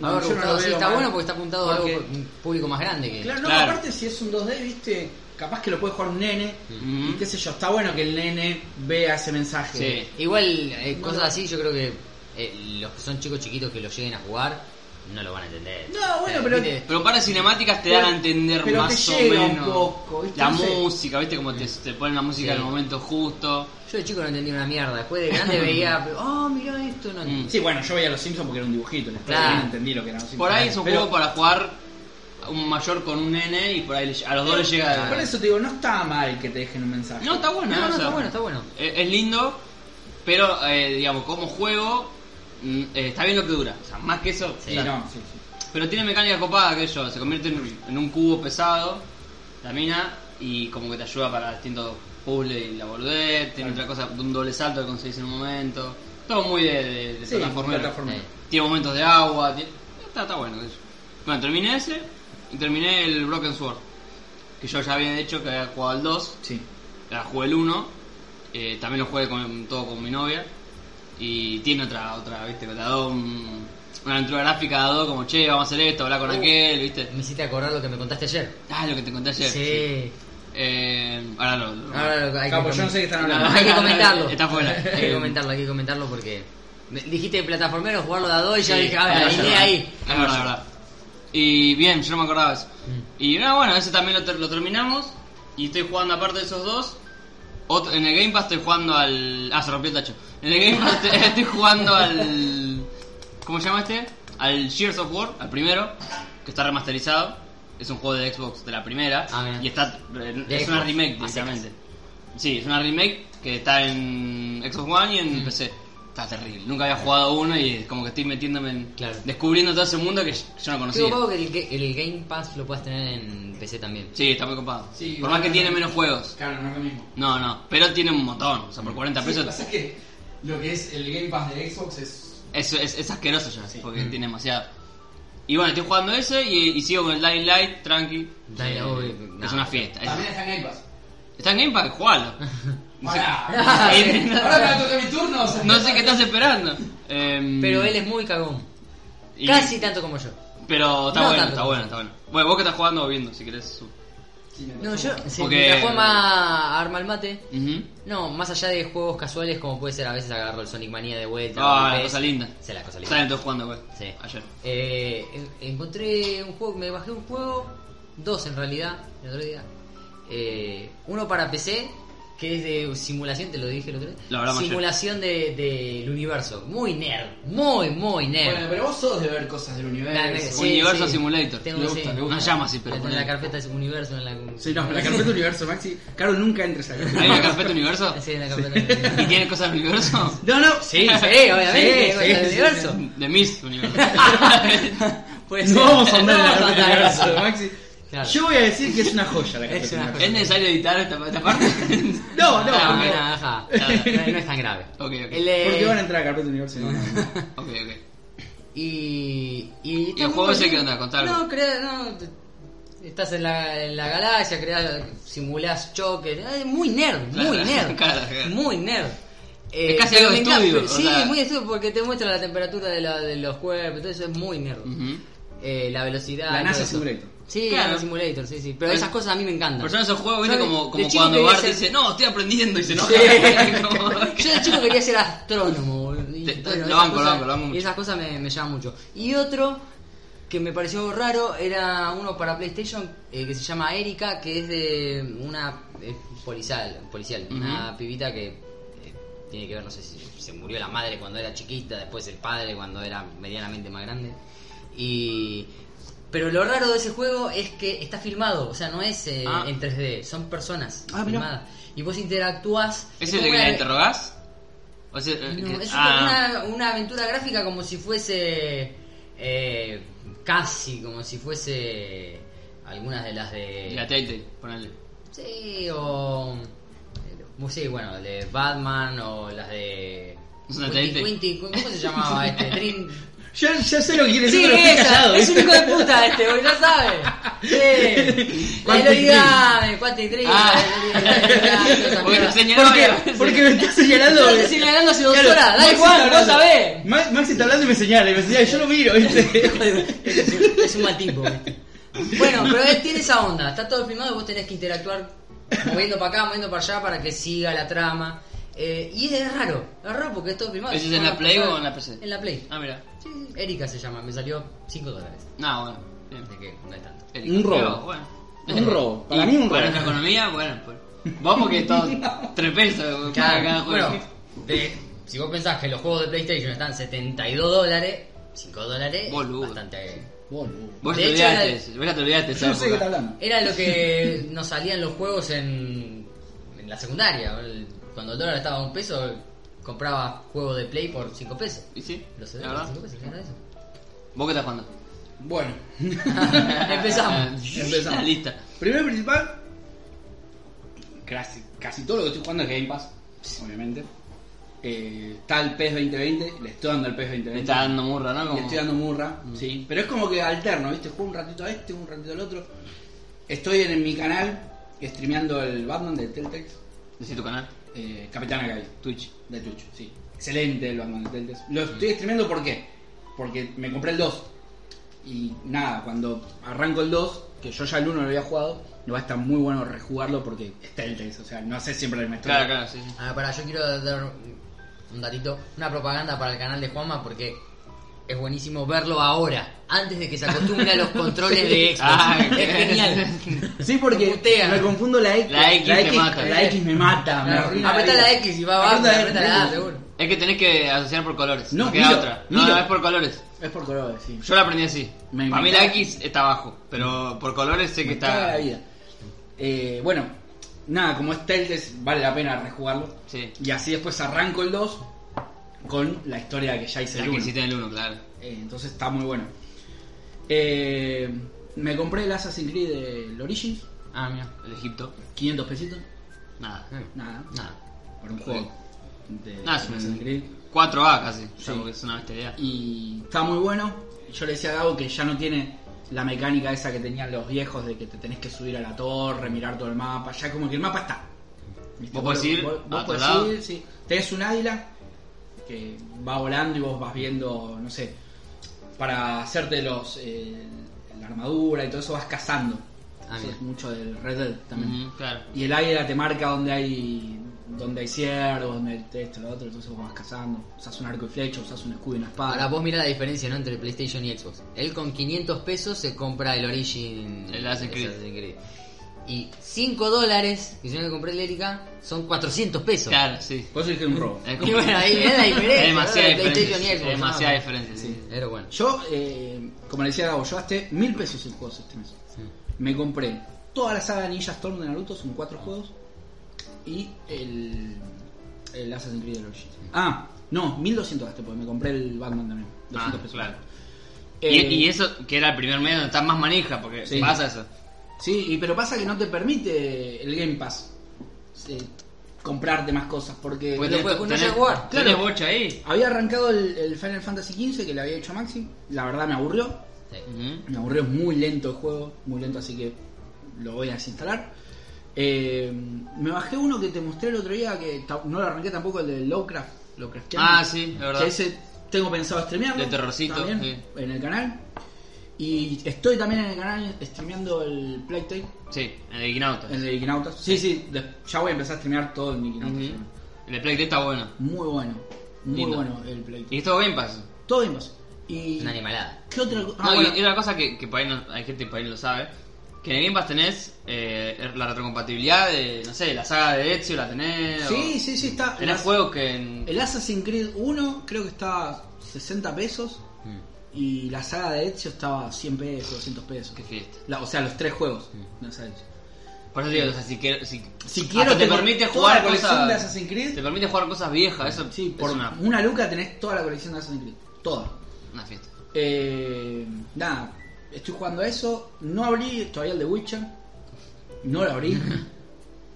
No, A ver, yo no Gustavo, lo sí, veo está mal. bueno porque está apuntado Porque- a algo, un público más grande que. Claro, no, Claro. aparte si es un 2D, viste, capaz que lo puede jugar un nene. Ujú. Y qué sé yo, está bueno que el nene vea ese mensaje. Sí. Igual, eh, No cosas lo- así, yo creo que eh, los que son chicos chiquitos que lo lleguen a jugar no lo van a entender. No, bueno, Eh, pero- ¿viste? Pero para cinemáticas te dan a entender Pero te más o llega un menos. poco, ¿viste? la No sé. música, viste como te, te ponen la música Sí. en el momento justo. Yo de chico no entendía una mierda. Después de grande veía, oh, mirá esto. No, Mm. Sí, bueno, yo veía los Simpsons porque era un dibujito, les Claro. no entendí lo que eran los Simpsons. Por ahí es un Pero- juego para jugar a un mayor con un nene y por ahí le- a los dos les llega. Por eso te digo, no está mal que te dejen un mensaje. No, está bueno. No, eh, no, o sea, está bueno, está bueno. Es, es lindo, pero eh, digamos, como juego, mm, eh, está bien lo que dura. O sea, más que eso. Sí, o sea, no, sí, sí. Pero tiene mecánica copada, que yo, se convierte en, en un cubo pesado, la mina, y como que te ayuda para distintos puzzles y la boludez, Claro. tiene otra cosa, de un doble salto que conseguís en un momento, todo muy de, de, de Sí, plataformero. plataformero. Sí. Tiene momentos de agua, tiene- está, está bueno. qué sé yo. Bueno, terminé ese y terminé el Broken Sword, que yo ya había hecho que había jugado al 2, Sí. la jugué el 1, eh, también lo jugué con, todo con mi novia. Y tiene otra, otra, viste, te da un- una aventura gráfica dado como che, vamos a hacer esto, hablar con Uh. aquel, viste. Me hiciste acordar lo que me contaste ayer. Ah, lo que te conté ayer. sí. Sí. Eh, ahora lo. lo- Ahora lo- hay, Capo, que yo no sé qué están hablando. No. hay que comentarlo. Está fuera. Eh, Hay que comentarlo, hay que comentarlo porque. me- Dijiste plataformero, jugarlo de a dos y ya Sí, dije, a "Ah, ver, ahora la ya idea va. ahí. Es verdad, es verdad. Y bien, yo no me acordaba eso. Mm. Y nada, bueno, ese también lo, ter- lo terminamos. Y estoy jugando aparte de esos dos. Otro- en el Game Pass estoy jugando al. Ah, se rompió el tacho. En el Game Pass te- estoy jugando al. ¿Cómo se llama este? Al Gears of War, al primero, que está remasterizado. Es un juego de Xbox de la primera. Ah, bien. y está. eh, es Xbox, una remake, a secas. Mm. directamente. Sí, es una remake que está en Xbox One y en PC. está terrible. Nunca había jugado uno y es como que estoy metiéndome en. Claro. Descubriendo todo ese mundo que yo no Estoy conocía. ocupado que el, ga- el Game Pass lo puedas tener en PC también. Sí, está muy copado. Sí, por no, más que no, tiene no. menos juegos. Claro, no es lo mismo. No, no, pero tiene un montón. O sea, Mm. por 40 Sí, lo que pesos pasa es que lo que es el Game Pass de Xbox es. es, es, es asqueroso ya, Sí. Mm. porque tiene demasiado. Y bueno, estoy jugando ese y, y sigo con el Dying Light, tranqui. Dying Eh, Light, es no. una fiesta. es- También está en Game Pass. Está en Game Pass, jugalo. Pará. Eh, Ahora me toca mi turno. o sea, No sé qué estás esperando. Em, Pero él es muy cagón. y- Casi tanto como yo. Pero está No bueno, tanto. está bueno, está bueno. Bueno, vos que estás jugando o viendo, si querés. su- Sí, me No, pasó. yo. Porque- Sí, mientras juego más a Arma al Mate. Ujú. No, más allá de juegos casuales como puede ser a veces agarro el Sonic Mania de vuelta. Ah, o el la PES. cosa linda. Sí, la cosa linda. Saben todos jugando, güey. Sí. Ayer. Eh, en- encontré un juego, me bajé un juego, dos en realidad, el otro día. Eh, uno para PC, que es de simulación, te lo dije el otro día. Lo hablamos ayer. simulación de- del universo. Muy nerd, muy, muy nerd. Bueno, eh, pero vos sos de ver cosas del La- la- universo. sí, Universo sí. Simulator. Tengo- Me sí. gusta, me gusta. No llama así, pero. en ponele. la carpeta es universo, en la... Sí, no, la carpeta universo, Maxi. Claro, nunca entres acá. ¿Hay una carpeta universo? Sí, en la carpeta. ¿Y tiene cosas del universo? No, no. Sí, sí, obviamente, Sí, con el sí, universo. De mis universo. Puede No ser. vamos a andar No en la vamos carpeta a universo, andar. Maxi. Claro. Yo voy a decir que es una joya la Es carpeta una universo. ¿Es necesario editar esta, esta parte? No, no, No, porque, no, ajá. No, no es tan grave. Ah, Ok, ok. El, eh, porque van a entrar a carpeta universo. No, no, no. Ok, ok. Y, y, ¿Y el juego ese qué onda? Contá algo. No, crea, no. te- Estás en la, en la galaxia, creas, simulás choques. eh, Muy nerd, Claro, muy nerd. claro, claro. Muy nerd. Eh, Es casi pero algo me de encanta- estudio, o Sí, sea. muy estudio porque te muestra la temperatura de, la- de los cuerpos, todo eso es muy nerd. Ujú. Eh, la velocidad. La y NASA todo eso. Simulator. Sí, Claro. la NASA Simulator, sí, sí. Pero Pero- esas cosas a mí me encantan. Por eso en esos juegos, Yo viste, de- como, de como chico cuando quería Bart ser- dice, no, estoy aprendiendo y se enoja. Como- Yo de chico quería ser astrónomo. y Te- bueno, lo esas banco, lo cosas- banco, lo banco mucho. Esas cosas me, me llaman mucho. Y otro que me pareció raro era uno para PlayStation eh, que se llama Erika, que es de una eh, policial, policial una pibita que eh, tiene que ver, no sé si se murió la madre cuando era chiquita, después el padre cuando era medianamente más grande. Y. Pero lo raro de ese juego es que está filmado, o sea, no es eh, Ah. en 3D, son personas Ah, mirá. filmadas. Y vos interactúas. ¿Es es el de como que la una- interrogás? O sea, eh, no, que- es ah, una, una aventura gráfica como si fuese. eh, casi, como si fuese. Algunas de las de. la Telltale, ponele. Sí, o. eh, Sí, bueno, de Batman o las de. ¿Es una Quentin- Telltale? Quentin- ¿Cómo se llamaba este? Dream. Yo, yo sé lo que quieres Sí, decir, pero estoy esa, callado. es un ¿viste? hijo de puta este, hoy ya sabe. Sí. La Quantic Loridame, Quantic Dream. Ah. la Loridame, Porque todas esas te mierdas. enseñaron ¿Por qué? a veces. Porque me estás señalando. Yo te estoy señalando hace dos Claro, horas, da Maxi está igual, no hablando. sabés. Ma- Maxi está hablando y me señala, y me señala, yo lo miro, ¿viste? es, un, es un mal tipo. ¿viste? Bueno, pero él tiene esa onda. Está todo filmado y vos tenés que interactuar moviendo para acá, moviendo para allá para que siga la trama. Eh, y es raro, es raro porque es todo filmado. ¿Ese es en la Bueno, Play pues, o en la PC? En la Play. Ah, mira. Sí, sí, Erika se llama, me salió 5 dólares. No, bueno. Bien. Así que no es tanto. Erika. Un robo. Pero, bueno. Un robo. Y Para mí un Para robo. nuestra economía, bueno. Pues, vamos que todo. Tres pesos cada, cada juego. bueno, de- si vos pensás que los juegos de PlayStation están 72 dólares, 5 dólares, Boludo. bastante. Boludo. vos de te hecho, olvidaste. era Vos ya te olvidaste. Yo esa no sé de qué época. está hablando. Era lo que nos salían los juegos en, en la secundaria. El- Cuando el dólar estaba a un peso, compraba juegos de Play por 5 pesos. ¿Y sí? Los la CD por verdad. 5 pesos, ¿qué era eso? ¿Vos qué estás jugando? Bueno, Empezamos. Empezamos. Ah, Lista. primero y principal, casi, casi todo lo que estoy jugando es Game Pass, obviamente. Eh, está el PES 2020, le estoy dando al PES 2020. Me está dando murra, ¿no? Le Como... Mm. estoy dando murra, sí. Pero es como que alterno, ¿viste? Juego un ratito a este, un ratito al otro. Estoy en, en mi canal streameando el Batman de Telltale, Decí tu canal. eh, Capitán Agai, Twitch. de Twitch, sí. Excelente el Batman de Telltale. Lo estoy streameando ¿por qué? Porque me compré el 2. Y nada, cuando arranco el 2, que yo ya el 1 lo había jugado, no va a estar muy bueno rejugarlo porque es Telltale, o sea, no hace siempre la misma historia. Claro, claro, sí. sí. Ah, para, yo quiero dar un- un datito, una propaganda para el canal de Juanma porque es buenísimo verlo ahora, antes de que se acostumbre a los controles de Xbox. Ah, es genial. Sí, porque Lo putea. me confundo la X. La X te mata. ¿eh? La X me Ah, mata. me Claro, arruina Apretá la X y va abajo, Apretá la apretá la A, X. seguro. Es que tenés que asociar por colores. No, No, queda miro, otra. No, miro. no, es por colores. Es por colores, sí. Yo la aprendí así. Me Para mí la encanta. X está abajo, pero por colores sé que Me caga está. la vida. Eh, bueno, nada, como es Telltale, vale la pena rejugarlo. Sí. Y así después arranco el 2. con la historia que ya hice La el que uno. hiciste en el 1, claro. Eh, entonces está muy bueno. Eh, me compré el Assassin's Creed del Origins, Ah, mira, el Egipto. 500 pesitos, Nada. nada, Nada. por un juego de Nada, Ah, es Assassin's Creed. un 4A casi. O sea, Sí. porque es una bestialidad. Y está muy bueno. Yo le decía a Gabo que ya no tiene la mecánica esa que tenían los viejos de que te tenés que subir a la torre, mirar todo el mapa, ya como que el mapa está. ¿Viste? Vos podés ir a otro podés lado. ir, sí. Tenés un águila que va volando y vos vas viendo, no sé, para hacerte los eh, la armadura y todo eso vas cazando. Ah, eso bien. es mucho del Red Dead también. Ujú, claro. Y el águila te marca donde hay donde hay ciervos, donde hay esto, lo otro, entonces vos vas cazando, usás un arco y flecha, usás un escudo y una espada. Ahora vos mirá la diferencia ¿no? entre PlayStation y Xbox. Él con 500 pesos se compra el Origin. El Assassin's Creed. Y 5 dólares, que yo me compré el Erika, son 400 pesos. Claro, sí. Por eso dije un robo. Es Y como- bueno, ahí es la diferencia. Hay eh, demasiada ¿no? de diferencia. PlayStation y Xbox, hay demasiada ¿no? diferencia, sí. Pero bueno. Yo, eh, como le decía a Gabo, yo gasté mil pesos en juegos este mes. Me compré toda la saga de Ninja Storm de Naruto, son Ah. cuatro juegos. Y el, el Assassin's Creed Origins. Ah, no, 1200 gasté porque me compré el Batman también. 200 Ah, pesos. claro. Eh, y, y eso, que era el primer mes donde estás más manija, porque Sí. Eh, pasa eso. Sí, y- pero pasa que no te permite el Game Pass eh, comprarte más cosas porque Pues Tenés- no puedes- no tenés- sabes jugar. tenés Claro. bocha ahí. había arrancado el, el Final Fantasy XV que le había hecho a Maxi. La verdad me aburrió. Ujú. Me aburrió, es muy lento el juego, muy lento, así que lo voy a desinstalar. Eh, me bajé uno que te mostré el otro día, que ta- no lo arranqué tampoco, el de Lovecraft. Lovecraft Ah, sí, la verdad. Que ese tengo pensado streamearlo. De terrorcito, también, sí. En el canal. Y estoy también en el canal streameando el Playtime, Sí, el de Ignauta. el de Ignautas. Sí, sí, de- ya voy a empezar a streamear todo el Ignautas. Ujú. El de Play T está bueno. Muy bueno, muy Lindo. bueno el Playtime. Y esto Game Pass. Todo bien pasó. Y... Una animalada. ¿Qué otra Ah, cosa? No, y- y otra cosa que, que por ahí no- hay gente que por ahí no lo sabe, que en el Game Pass tenés eh, la retrocompatibilidad de, no sé, la saga de Ezio la tenés. Sí, o- sí, sí, está. Tenés las- juegos que en... El Assassin's Creed 1 creo que estaba 60 pesos Mm. y la saga de Ezio estaba 100 pesos, 200 pesos. Qué fiesta. La- o sea, los tres juegos. de Ezio. Por eso digo, o sea, si quiero... Si, Si hasta quiero te tengo permite toda jugar la colección cosas... de Assassin's Creed. Te permite jugar cosas viejas, eso Sí, por es una... una, luca tenés toda la colección de Assassin's Creed. Toda. una fiesta. Eh, nada, estoy jugando a eso. No abrí todavía el de Witcher. No lo abrí.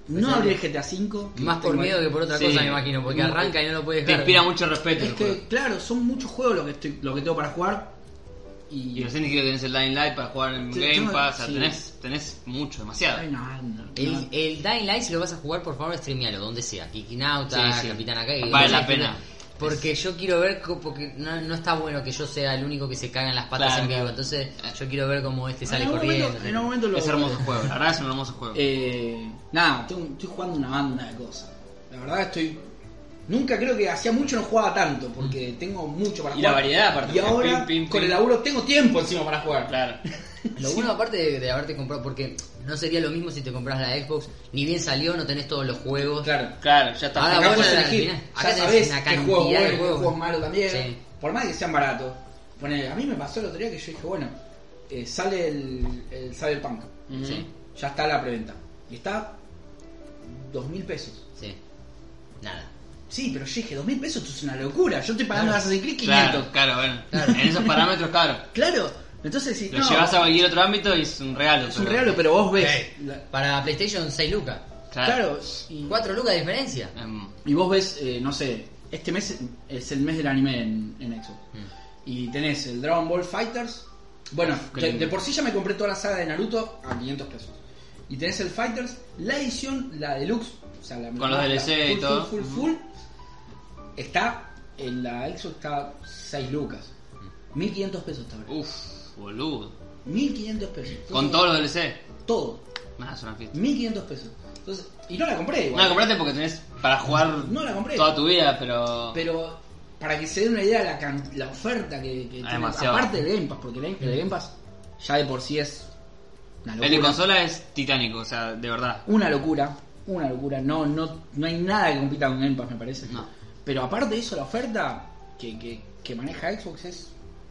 No abrí el GTA V. que Más por tengo ahí. miedo que por otra Sí. cosa, me imagino, porque arranca y no lo puedes Te dejar. inspira mucho respeto. Es el juego. que, claro, son muchos juegos lo que, estoy, lo que tengo para jugar. Y, Y recién quiero que tenés el Dying Light para jugar en Sí, Game yo- Pass, o sea, sí. tenés, tenés mucho, Ay, demasiado. no, no, El, no. el Dying Light, si lo vas a jugar, por favor, streamealo, donde sea. Kikinauta, Sí, sí. Capitán acá. y- Vale y- la pena. Porque yo quiero ver, co- porque no, no está bueno que yo sea el único que se caga en las patas Claro, en vivo. claro. Eh. Entonces, yo quiero ver cómo este sale En algún corriendo. momento- en algún momento lo Es hermoso juego, la verdad es un hermoso juego. Eh, nada, tengo- estoy jugando una banda de cosas. La verdad estoy... Nunca creo que hacía mucho no jugaba tanto, porque tengo mucho para Y la jugar. variedad, aparte, Y porque ahora, pim, pim, con pim. el laburo, tengo tiempo encima para jugar. claro. Lo bueno, aparte de, de haberte comprado, porque no sería lo mismo si te compras la Xbox, ni bien salió, no tenés todos los juegos. Claro. Claro, ya está. Ahora Acá vos puedes Ah, la- elegir, mirá, ya acá tenés sabés una qué cantidad juegos de buenos, qué juegos. juegos malos también. Sí. Por más que sean baratos. Ponele, a mí me pasó el otro día que yo dije, bueno, eh, sale el, el Cyberpunk. Ujú. Sí. Ya está la preventa. Y está dos mil pesos. Sí. Nada. Sí, pero yo dije, dos mil pesos esto es una locura. Yo estoy pagando Assassin's Creed 500. Claro, claro, bueno. En esos parámetros, claro. Claro, entonces si Lo no, llevas a cualquier otro ámbito y es un regalo. es un regalo, pero vos ves. Ok. la- Para PlayStation, 6 lucas. claro, y, 4 lucas de diferencia. Em, y vos ves, eh, no sé, este mes es el mes del anime en, en Xbox. Y tenés el Dragon Ball Fighters. Bueno, Mm. Ah, qué de, lindo. de por sí ya me compré toda la saga de Naruto a 500 pesos. Y tenés el Fighters, la edición, la deluxe, o sea, la Con los la DLC y full, todo. Full, full, full. Está en la Xbox está 6 lucas. 1500 pesos está ahora. uf, boludo. 1500 pesos. Uh. Con todos los DLC. Todo. Nada, es una fiesta. 1500 pesos. Entonces, y no la compré No igual. la compraste porque tenés para jugar No la compré. toda tu vida, pero. Pero para que se den una idea de la, can- la oferta que, que Ah, tiene, demasiado. aparte del Game Pass, porque el, el Game Pass ya de por sí es una El de locura. consola es titánico, o sea, de verdad. Una locura, una locura. No, no, no hay nada que compita con Game Pass, me parece. No. Pero aparte de eso, la oferta que, que- que maneja Xbox es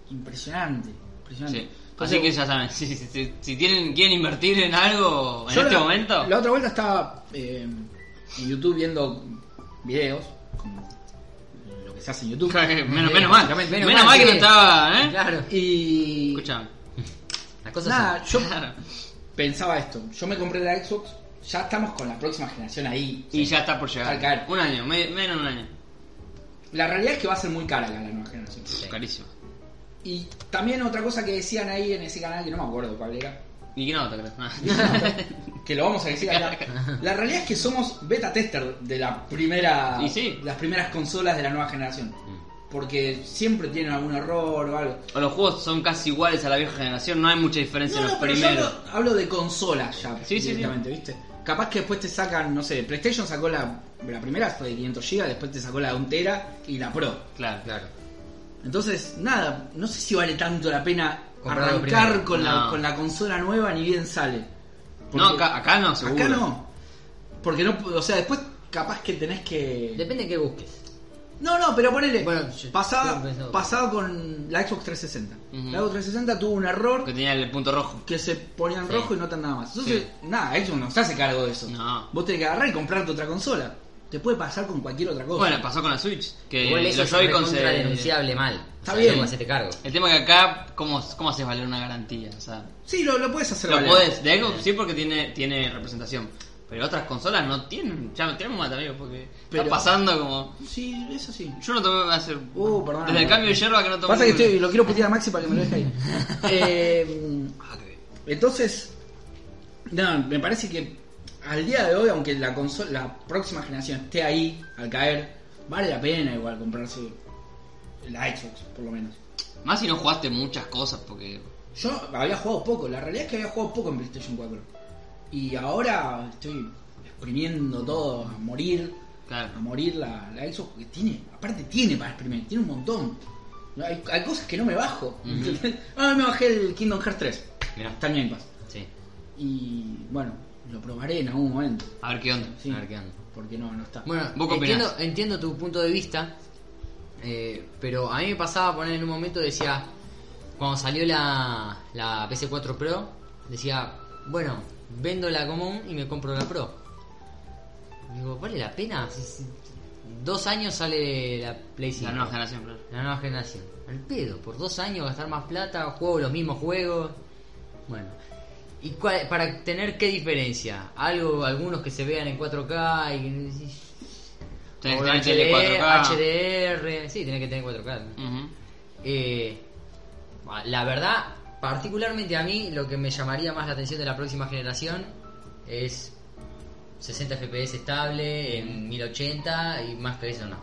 impresionante. impresionante. Sí. Entonces, Así que ya saben, si, si- si- si tienen, quieren invertir en algo en Yo este la- momento, La otra vuelta estaba eh, en YouTube viendo videos, como lo que se hace en YouTube. menos, menos mal. Menos Menos, mal, mal que no sí. estaba, ¿eh? Claro. Y. Escuchame. Las cosas Nada, yo Claro. pensaba esto. Yo me compré la Xbox, ya estamos con la próxima generación ahí. Y ya está por llegar. Está caro. Un año, me- menos de un año. La realidad es que va a ser muy cara acá la nueva generación. Carísimo. Y también otra cosa que decían ahí en ese canal, que no me acuerdo cuál era, ¿Y qué nota, crees? Ah. que lo vamos a decir acá. La realidad es que somos beta tester de la primera, Y sí. las primeras consolas de la nueva generación. Porque siempre tienen algún error o algo. O los juegos son casi iguales a la vieja generación, no hay mucha diferencia No, en no, los pero yo primeros. hablo, hablo de consolas ya Sí, sí, sí. directamente, ¿viste? Capaz que después te sacan, no sé, PlayStation sacó la, la primera, fue de 500 GB, después te sacó la de un tera y la Pro. Claro. Claro. Entonces, nada, no sé si vale tanto la pena Comprar lo arrancar primero. con, la, No. con la consola nueva, ni bien sale. No, Porque- acá, acá no, seguro. Acá no. Porque no, o sea, después capaz que tenés que... Depende de qué busques. No, no, pero ponele. Bueno, yo- pasaba, yo pensaba- pasaba con la Xbox 360. Ujú. La Xbox 360 tuvo un error Porque tenía el punto rojo. que se ponía en Sí. rojo y no tan nada más. Entonces, nada, Xbox no se hace cargo de eso. No. Vos tenés que agarrar y comprarte otra consola. Te puede pasar con cualquier otra cosa. Bueno, pasó con la Switch. Que Igual eso Eh, los eh, es Joy-Con recontra se. denunciable mal. Está o sea, bien. tengo que hacerte cargo. El tema que acá, ¿cómo, ¿cómo haces valer una garantía? O sea, sí, lo, lo puedes hacer. lo valer. podés. De Xbox sí, porque tiene, tiene representación. Pero otras consolas no tienen. Ya no tenemos más amigos, porque Pero- está pasando como. Sí, eso sí. Yo no tomé hacer. Uh, perdón. desde el cambio de yerba que no tomé. Pasa que ninguna. estoy, lo quiero putear a Maxi para que me lo deje ahí. Eh, Ah, entonces, nada, me parece que al día de hoy, aunque la consola, la próxima generación esté ahí al caer, vale la pena igual comprarse la Xbox, por lo menos. Más si no jugaste muchas cosas, porque. Yo había jugado poco, la realidad es que había jugado poco en PlayStation 4. Y ahora estoy exprimiendo todo a morir, a Claro. morir la, la Xbox, porque tiene, aparte tiene para exprimir, tiene un montón. No, Hay, hay cosas que no me bajo. ah, me bajé el Kingdom Hearts 3. Mirá. Está en Game Pass. Sí. Y bueno, lo probaré en algún momento. A ver qué onda. Sí. A ver qué onda. Porque no, no está. Bueno, ¿Vos qué opinás? entiendo, entiendo tu punto de vista, eh, pero a mí me pasaba poner en un momento, decía, cuando salió la, la PC4 Pro, decía, bueno, vendo la común y me compro la Pro. Digo, ¿vale la pena? Si- si- dos años sale la Play 5. La nueva generación, claro. La nueva generación. Al pedo, por dos años gastar más plata, juego los mismos juegos. Bueno. ¿Y cuál- para tener qué diferencia? Algo, algunos que se vean en 4K y... Tenés o que tener HD, tele 4K. HDR, sí, tenés que tener 4K. ¿no? Ujú. Eh, bah, la verdad, particularmente a mí, lo que me llamaría más la atención de la próxima generación es 60 FPS estable en 1080 y más que eso no.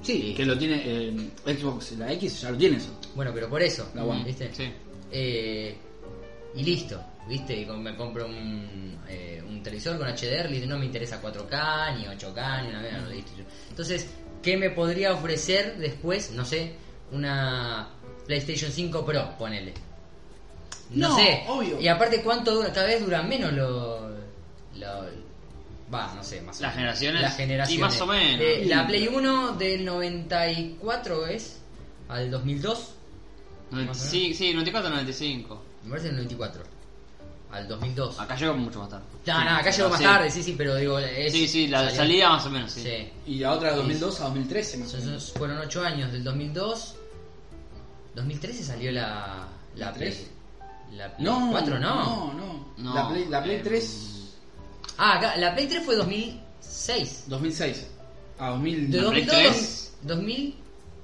sí, que lo tiene eh, Xbox, la X ya lo tiene eso. Bueno, pero por eso, La One. ¿viste? Mm, Sí. Eh, y listo, ¿viste? Y con- me compro un, eh, un televisor con HDR, listo, no me interesa 4K, ni 8K, ni una mierda, no, listo. Entonces, ¿qué me podría ofrecer después? No sé, una PlayStation 5 Pro, ponele. No, No, sé. obvio. Y aparte, ¿cuánto dura? Cada vez duran menos los... los- Va, no sé, más o Las menos. generaciones. Las generaciones. Y más o menos. Eh, la Play 1 del 94 es al 2002. Noventa- Más o Sí, sí, 94 95. Me parece el 94. Al 2002. Acá llegó mucho más tarde. No, no, acá llegó más Ah, sí. tarde, sí, sí, pero digo. es- Sí, sí, la salió- salida más o menos, sí. Sí. Y la otra de 2002 a 2013 más o Son- menos. son- fueron 8 años, del 2002. 2013 salió la. La ¿Tres? Play. La Play No, 4, no. no, no. No, La Play, la Play eh, 3, Ah, acá, la Play 3 fue 2006. 2006 a 2000. De ¿La Play 2002. 3? 2000.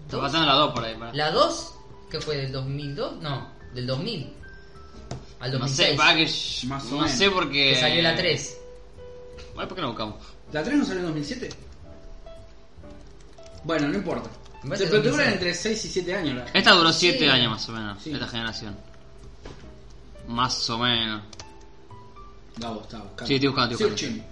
Está pasando la 2 por ahí. Para. La 2, que fue del 2002, no, del 2000. Al No sé, 2006. para que. sh- Más o no menos. sé porque. que salió la 3. Ay, ¿Por qué no buscamos? ¿La 3 no salió en 2007? Bueno, no importa. Me parece Se pero te 2006. duran entre 6 y 7 años. la- Esta duró 7 Sí. años más o menos, Sí. esta generación. Más o menos. La vos, está buscando. Sí, estoy buscando, estoy Searching.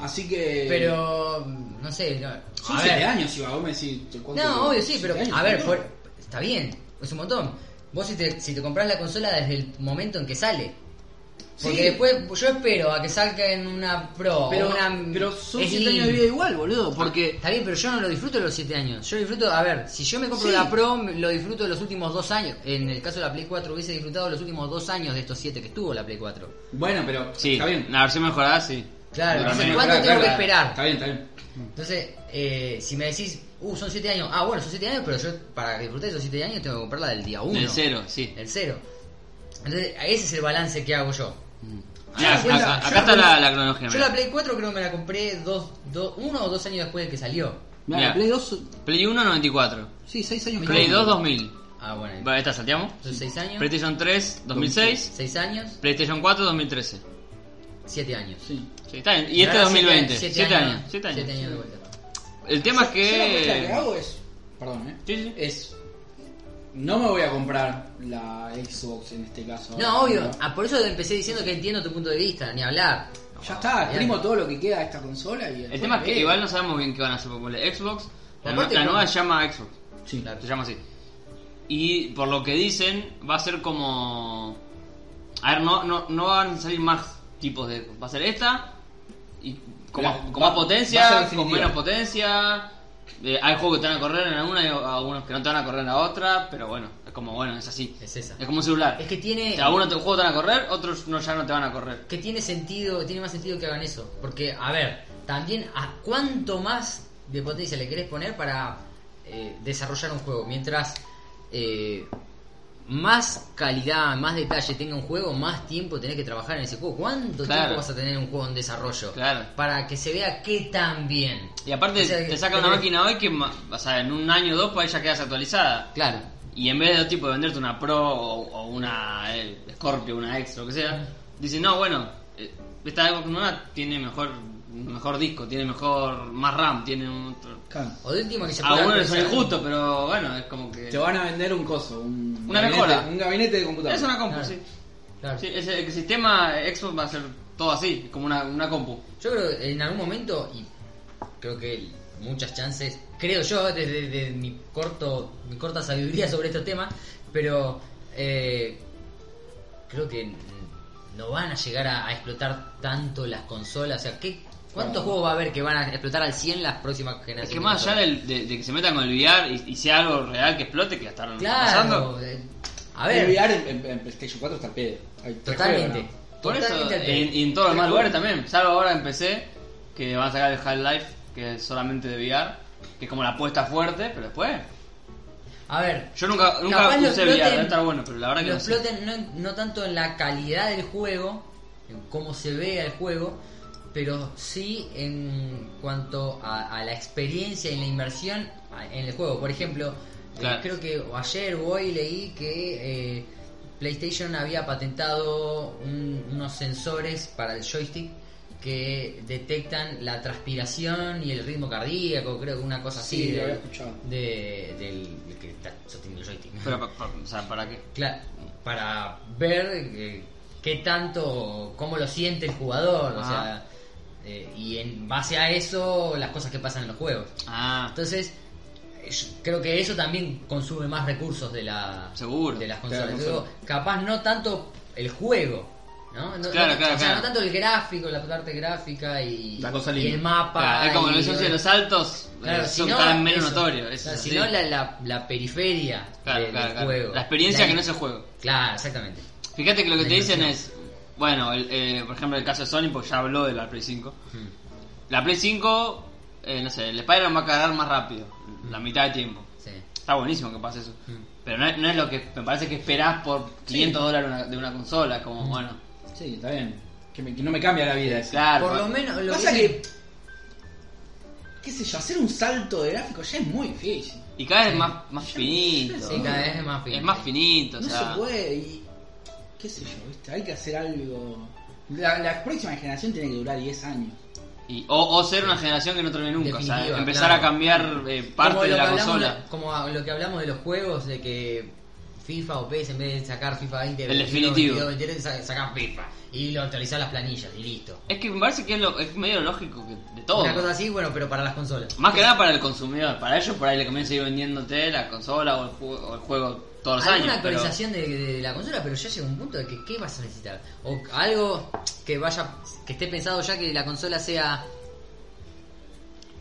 Así Eh. que. Pero, no sé. No, Son a 7 ver. años, Iba. Vos me decís. ¿cuánto- No, obvio, sí, pero siete años? a ver, ¿no? fue- está bien, es un montón. Vos si te, si te compras la consola desde el momento en que sale. Porque Sí. después yo espero a que salgan una Pro Pero, o una pero son Slim. 7 años de vida igual, boludo. Porque. Está bien, pero yo no lo disfruto los 7 años. Yo disfruto, a ver, si yo me compro Sí. la Pro, me- lo disfruto los últimos 2 años. En el caso de la Play 4 hubiese disfrutado los últimos 2 años de estos 7 que estuvo la Play 4. Bueno, pero. Sí, Está bien. la versión mejorada sí. Claro, Dura entonces, menos. ¿cuánto Claro, tengo que claro, esperar? Está bien, está bien. Entonces, eh, si me decís, uh, son 7 años, ah, bueno, son 7 años, pero yo para disfrutar de esos 7 años tengo que comprarla del día 1. Del cero, sí. El cero. Entonces, ese es el balance que hago yo. Mm. Mirá, me cuenta, acá, yo acá me está cuenta- la, la cronología. Yo mirá. la Play 4 creo que me la compré dos, dos, uno o dos años después de que salió. Mirá. Mirá, la Play 2, Play 1, 94. sí, 6 años. Play menos. 2, 2000. Ah, bueno. Vale, esta salteamos. Son 6 años. PlayStation 3, 2006. 6 años, PlayStation 4, 2013. 7 años. Sí. Sí, está bien. Y este ahora 2020. 7 siete- siete años. siete años. Siete años de vuelta. El tema es Yo la mezcla que que. hago es. Perdón, ¿eh? Sí, sí. Es. No me voy a comprar la Xbox en este caso. No, obvio. Ah, por eso empecé diciendo que entiendo tu punto de vista, ni hablar. Ya Ah, está, exprimo todo lo que queda de esta consola y. El tema es que igual no sabemos bien qué van a hacer. porque la Xbox. La, Aparte la que- nueva se llama Xbox. Sí. Claro. Se llama así. Y por lo que dicen, va a ser como. A ver, no, no, no van a salir más tipos de. Va a ser esta. Y con, La- más, con va- va más a ser potencia, con definitiva. menos potencia. Eh, hay juegos que te van a correr en alguna y algunos que no te van a correr en la otra. Pero bueno, es como bueno, es así. Es esa. Es como un celular. Es que tiene. O sea, algunos te- juegos te van a correr, otros no, ya no te van a correr. que tiene sentido, tiene más sentido que hagan eso. Porque, a ver, también a cuánto más de potencia le querés poner para eh, desarrollar un juego. Mientras eh, más calidad, más detalle tenga un juego, más tiempo tenés que trabajar en ese juego. ¿Cuánto Claro. tiempo vas a tener un juego en desarrollo? Claro. Para que se vea qué tan bien. Y aparte, O sea, te saca que- una máquina hoy que, ma- o sea, en un año o dos, pues ahí ya quedas actualizada. Claro. Y en vez de tipo de venderte una Pro o, o una eh, Scorpio, una Extra, lo que sea, dicen, no, bueno, eh, esta Xbox nueva tiene mejor mejor disco, tiene mejor más RAM, tiene un... otro- Claro. O de última que se A pueda uno le actualizar. suena injusto, pero bueno, es como que... Te van a vender un coso, un Una gabinete- mejora. Un gabinete de computador. Es una compu, Claro. sí. Claro. Sí, es- el sistema Xbox va a ser todo así, como una, una compu. Yo creo que en algún momento, y creo que el- muchas chances, creo yo, desde desde mi corto mi corta sabiduría sobre estos temas, pero eh, creo que n- no van a llegar a, a explotar tanto las consolas. O sea, ¿qué, ¿cuántos Claro. juegos va a haber que van a explotar al 100 las próximas generaciones? Es que más allá de del- de, de que se metan con el VR y, y sea algo real que explote, que hasta ahora no está pasando. Claro, eh, a ver, El VR en, en- en PlayStation 4 está al pedo. Hay tres totalmente. juegos, Por eso, totalmente al en- pedo. y en todos los demás Tres lugares también. Salvo ahora en PC, que van a sacar el Half-Life, que es solamente de VR, que es como la apuesta fuerte, pero después. A ver, Yo nunca, nunca Capaz lo usé VR, exploten- debe estar bueno, pero la verdad que lo no sé. exploten no, no tanto en la calidad del juego, en cómo se vea el juego, pero sí en cuanto a, a la experiencia y la inversión a- en el juego. Por ejemplo, eh, Claro. creo que ayer hoy leí que eh, PlayStation había patentado un- unos sensores para el joystick que detectan la transpiración y el ritmo cardíaco, creo que una cosa así Sí, lo de- había escuchado. de- del, del que está sosteniendo el joystick. Pero, pa- pa- o sea, ¿para qué? Claro, para ver eh, qué tanto, cómo lo siente el jugador, o Ah. sea, eh, y en base a eso las cosas que pasan en los juegos. Ah, Entonces, eh, yo creo que eso también consume más recursos de la Seguro. de las consolas. Claro, Digo, capaz no tanto el juego, ¿no? No- Claro, no- claro, o sea, claro. no tanto el gráfico, la parte gráfica y, La cosa y linda. el mapa. claro, es como y- los socios de los saltos, eh, Claro, si son no, cada vez menos eso. notorios. eso Claro, es si así. no, la, la, la periferia Claro, de- claro, del claro. juego. La experiencia que no in- es el juego. Claro, exactamente. Fíjate que lo que te La dicen es, inversión. bueno, el, eh, por ejemplo el caso de Sony, pues ya habló de la Play 5. La Play 5, eh, no sé, el Spider-Man va a cargar más rápido, la mitad de tiempo. Sí. Está buenísimo que pase eso. Mm. Pero no es, no es lo que me parece que esperás por 500 dólares una- de una consola, es Mm. como, bueno, ¿no? Sí, está bien. Que, me- que no me cambia la vida eso. claro. Por lo menos lo Pasa que, que. ¿Qué sé yo? Hacer un salto de gráfico ya es muy difícil. Y cada vez es más, más finito. Sí, cada vez es más finito. Es más finito, o no sea. se puede y. ¿Qué sé yo? ¿viste? Hay que hacer algo. La, la próxima generación tiene que durar 10 años. y- o, o ser una generación que no termine nunca, o sea, Definitiva, empezar claro. a cambiar eh, parte de lo la que hablamos consola. de- como a- lo que hablamos de los juegos, de que FIFA o PES en vez de sacar FIFA 20, El definitivo. 22, 23, sa- sacan FIFA y lo actualizás las planillas y listo. Es que me parece que es, lo- es medio lógico que- de todo. Una cosa así, bueno, pero para las consolas. Más que nada para el consumidor, para ellos por ahí le comienza a ir vendiéndote la consola o el, ju- o el juego todos los Alguna años. pero- actualización de, de la consola, pero ya llega un punto de que qué vas a necesitar. O algo que vaya, que esté pensado ya que la consola sea.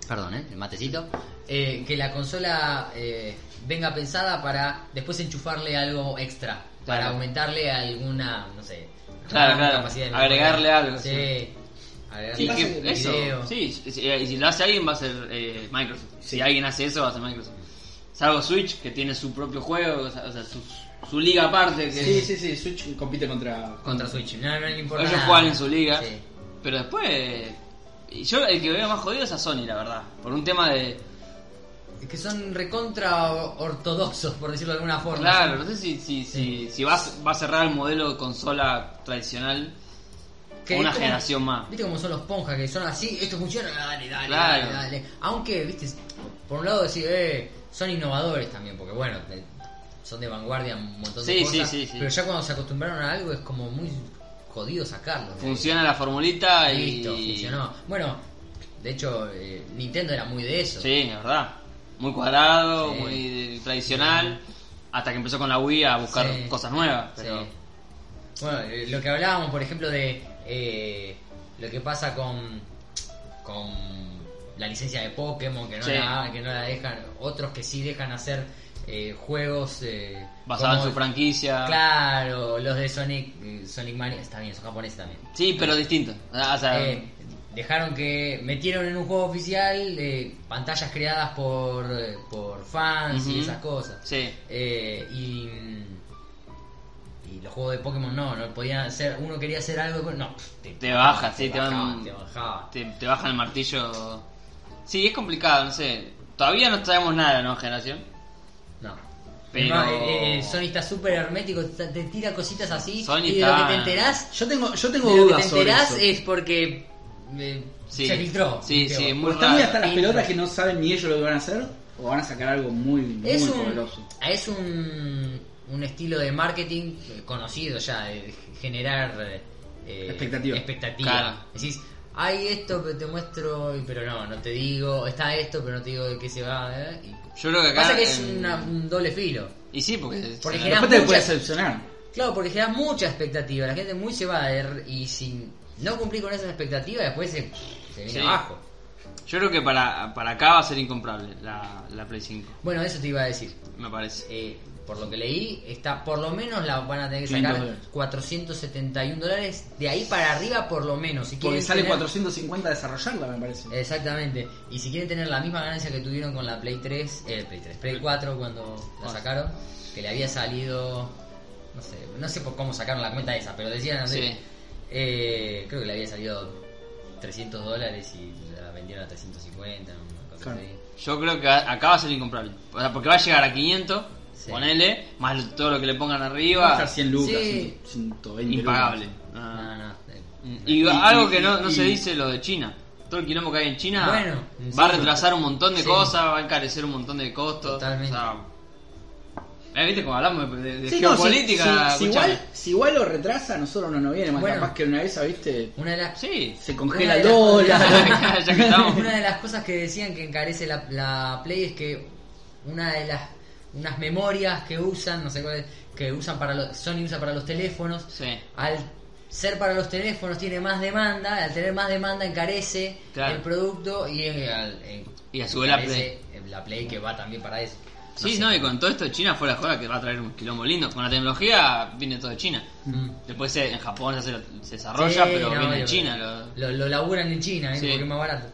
Perdón, ¿eh? El matecito. Eh, que la consola eh, venga pensada para después enchufarle algo extra. Para Claro. aumentarle alguna, no sé. Claro, alguna claro, agregarle memoria. algo, Sí. sí. Agregar Y va a que- ser eso, video. sí, si- si si lo hace alguien va a ser eh, Microsoft. Si alguien hace eso va a ser Microsoft. Salvo Switch, que tiene su propio juego, o sea, o sea, su, su liga aparte. Que Sí, sí, sí, Switch compite contra. contra Switch. No, no le importa. Ellos nada. juegan en su liga. Sí. Pero después. y Yo el que veo más jodido es a Sony, la verdad. Por un tema de. Es que son recontra ortodoxos, por decirlo de alguna forma. Claro, no sé si, si, si, si va, a- va a cerrar el modelo de consola tradicional Que una es como- generación más. ¿Viste cómo son los ponjas que son así? Esto funciona, dale, dale, Claro. dale, dale. Aunque, viste, por un lado decir, eh, son innovadores también, porque bueno, te- son de vanguardia en un montón de Sí, sí, cosas. sí, sí. Pero ya cuando se acostumbraron a algo es como muy jodido sacarlo. de- Funciona la formulita y. Listo, funcionó. Bueno, de hecho, eh, Nintendo era muy de eso. Sí, la verdad. Muy cuadrado, Sí. muy tradicional. Hasta que empezó con la Wii a buscar Sí. cosas nuevas. Sí. Pero Bueno, eh, lo que hablábamos, por ejemplo, de eh, lo que pasa con, con la licencia de Pokémon, que no, Sí. la, que no la dejan, otros que sí dejan hacer eh, juegos eh, basado en como- su franquicia. Claro, los de Sonic, eh, Sonic Mania, está bien, son japoneses también. Sí, pero distinto. O sea, Eh, dejaron que metieron en un juego oficial eh, pantallas creadas por, eh, por fans y Ujú. esas cosas. sí. Eh, y, y los juegos de Pokémon no, no podían hacer, uno quería hacer algo, con- no, pf, Te baja, sí, te bajaba, van- te bajaba. te, te bajan el martillo. Sí, es complicado, no sé. Todavía no sabemos nada de la nueva generación. No. Pero- Además, eh, eh, Sony está súper hermético, está- te tira cositas así Sony y de está- lo que te enterás, Yo tengo, yo tengo de lo que te dudas sobre enterás eso. es porque eh, Sí. se filtró. Sí, viste, sí, o- O muy están muy raro. hasta las Pinto. pelotas que no saben ni ellos lo que van a hacer, o van a sacar algo muy, muy es un, poderoso. es un, un estilo de marketing eh, conocido ya, de generar eh, Expectativa. expectativa. Claro. Decís, hay esto, pero te muestro, y- pero no, no te digo, está esto, pero no te digo de qué se va. eh, y- Yo creo que acá. Pasa que es en- una- un doble filo. Y sí, porque. Porque se- generan Después te muchas- puede decepcionar. Claro, porque genera mucha expectativa, la gente muy se va a er- y si no cumplir con esas expectativas, después se, se Sí. viene abajo. Yo creo que para, para acá va a ser incomparable la, la Play 5, Bueno, eso te iba a decir. me parece. Eh, por lo que leí, está por lo menos la van a tener que 500 sacar dólares. 471 dólares. De ahí para arriba, por lo menos. Si Porque quieren sale tener- 450 a desarrollarla, me parece. Exactamente. Y si quieren tener la misma ganancia que tuvieron con la Play 3, eh, Play 3, Play 4 cuando la sacaron, que le había salido. No sé, no sé por cómo sacaron la cuenta esa, pero decían así. Sí. Eh, creo que le había salido 300 dólares y la vendieron a 350, una cosa Claro. así. Yo creo que a- acá va a ser incomparable. O sea, porque va a llegar a 500, Sí. ponele, más lo- todo lo que le pongan Va a arriba, estar 100 lucas, Sí. 120 impagable. lucas. Ah. No, no, eh, Y, Y- algo y- que no, no y- se dice lo de China. Todo el quilombo que hay en China Bueno, va a sí. retrasar un montón de Sí. cosas, va a encarecer un montón de costos. Totalmente. o sea, eh, ¿Viste cómo hablamos de, de Sí, no, si- geopolítica? si- si, escuchame. igual, si igual lo retrasa, a nosotros no nos viene. Más Bueno. capaz que una vez, ¿viste? Una de las Sí, Se congela el Una de las- dólar. ya que estamos. Una de las cosas que decían que encarece la, la Play es que una de las unas memorias que usan, no sé cuáles, que usan para los Sony usa para los teléfonos, Sí. al ser para los teléfonos tiene más demanda, al tener más demanda encarece Claro. el producto y, eh, al- eh, Y a su vez la encarece la Play que va también para eso. Sí, sé. no, y con todo esto de China fuera joda que va a traer un quilombo lindo. Con la tecnología viene todo de China. Después se- en Japón ya se, lo- se desarrolla, Mm. Sí, pero no, viene de obvio, China. lo- Lo, lo laburan en China, ¿eh? Sí. porque es más barato.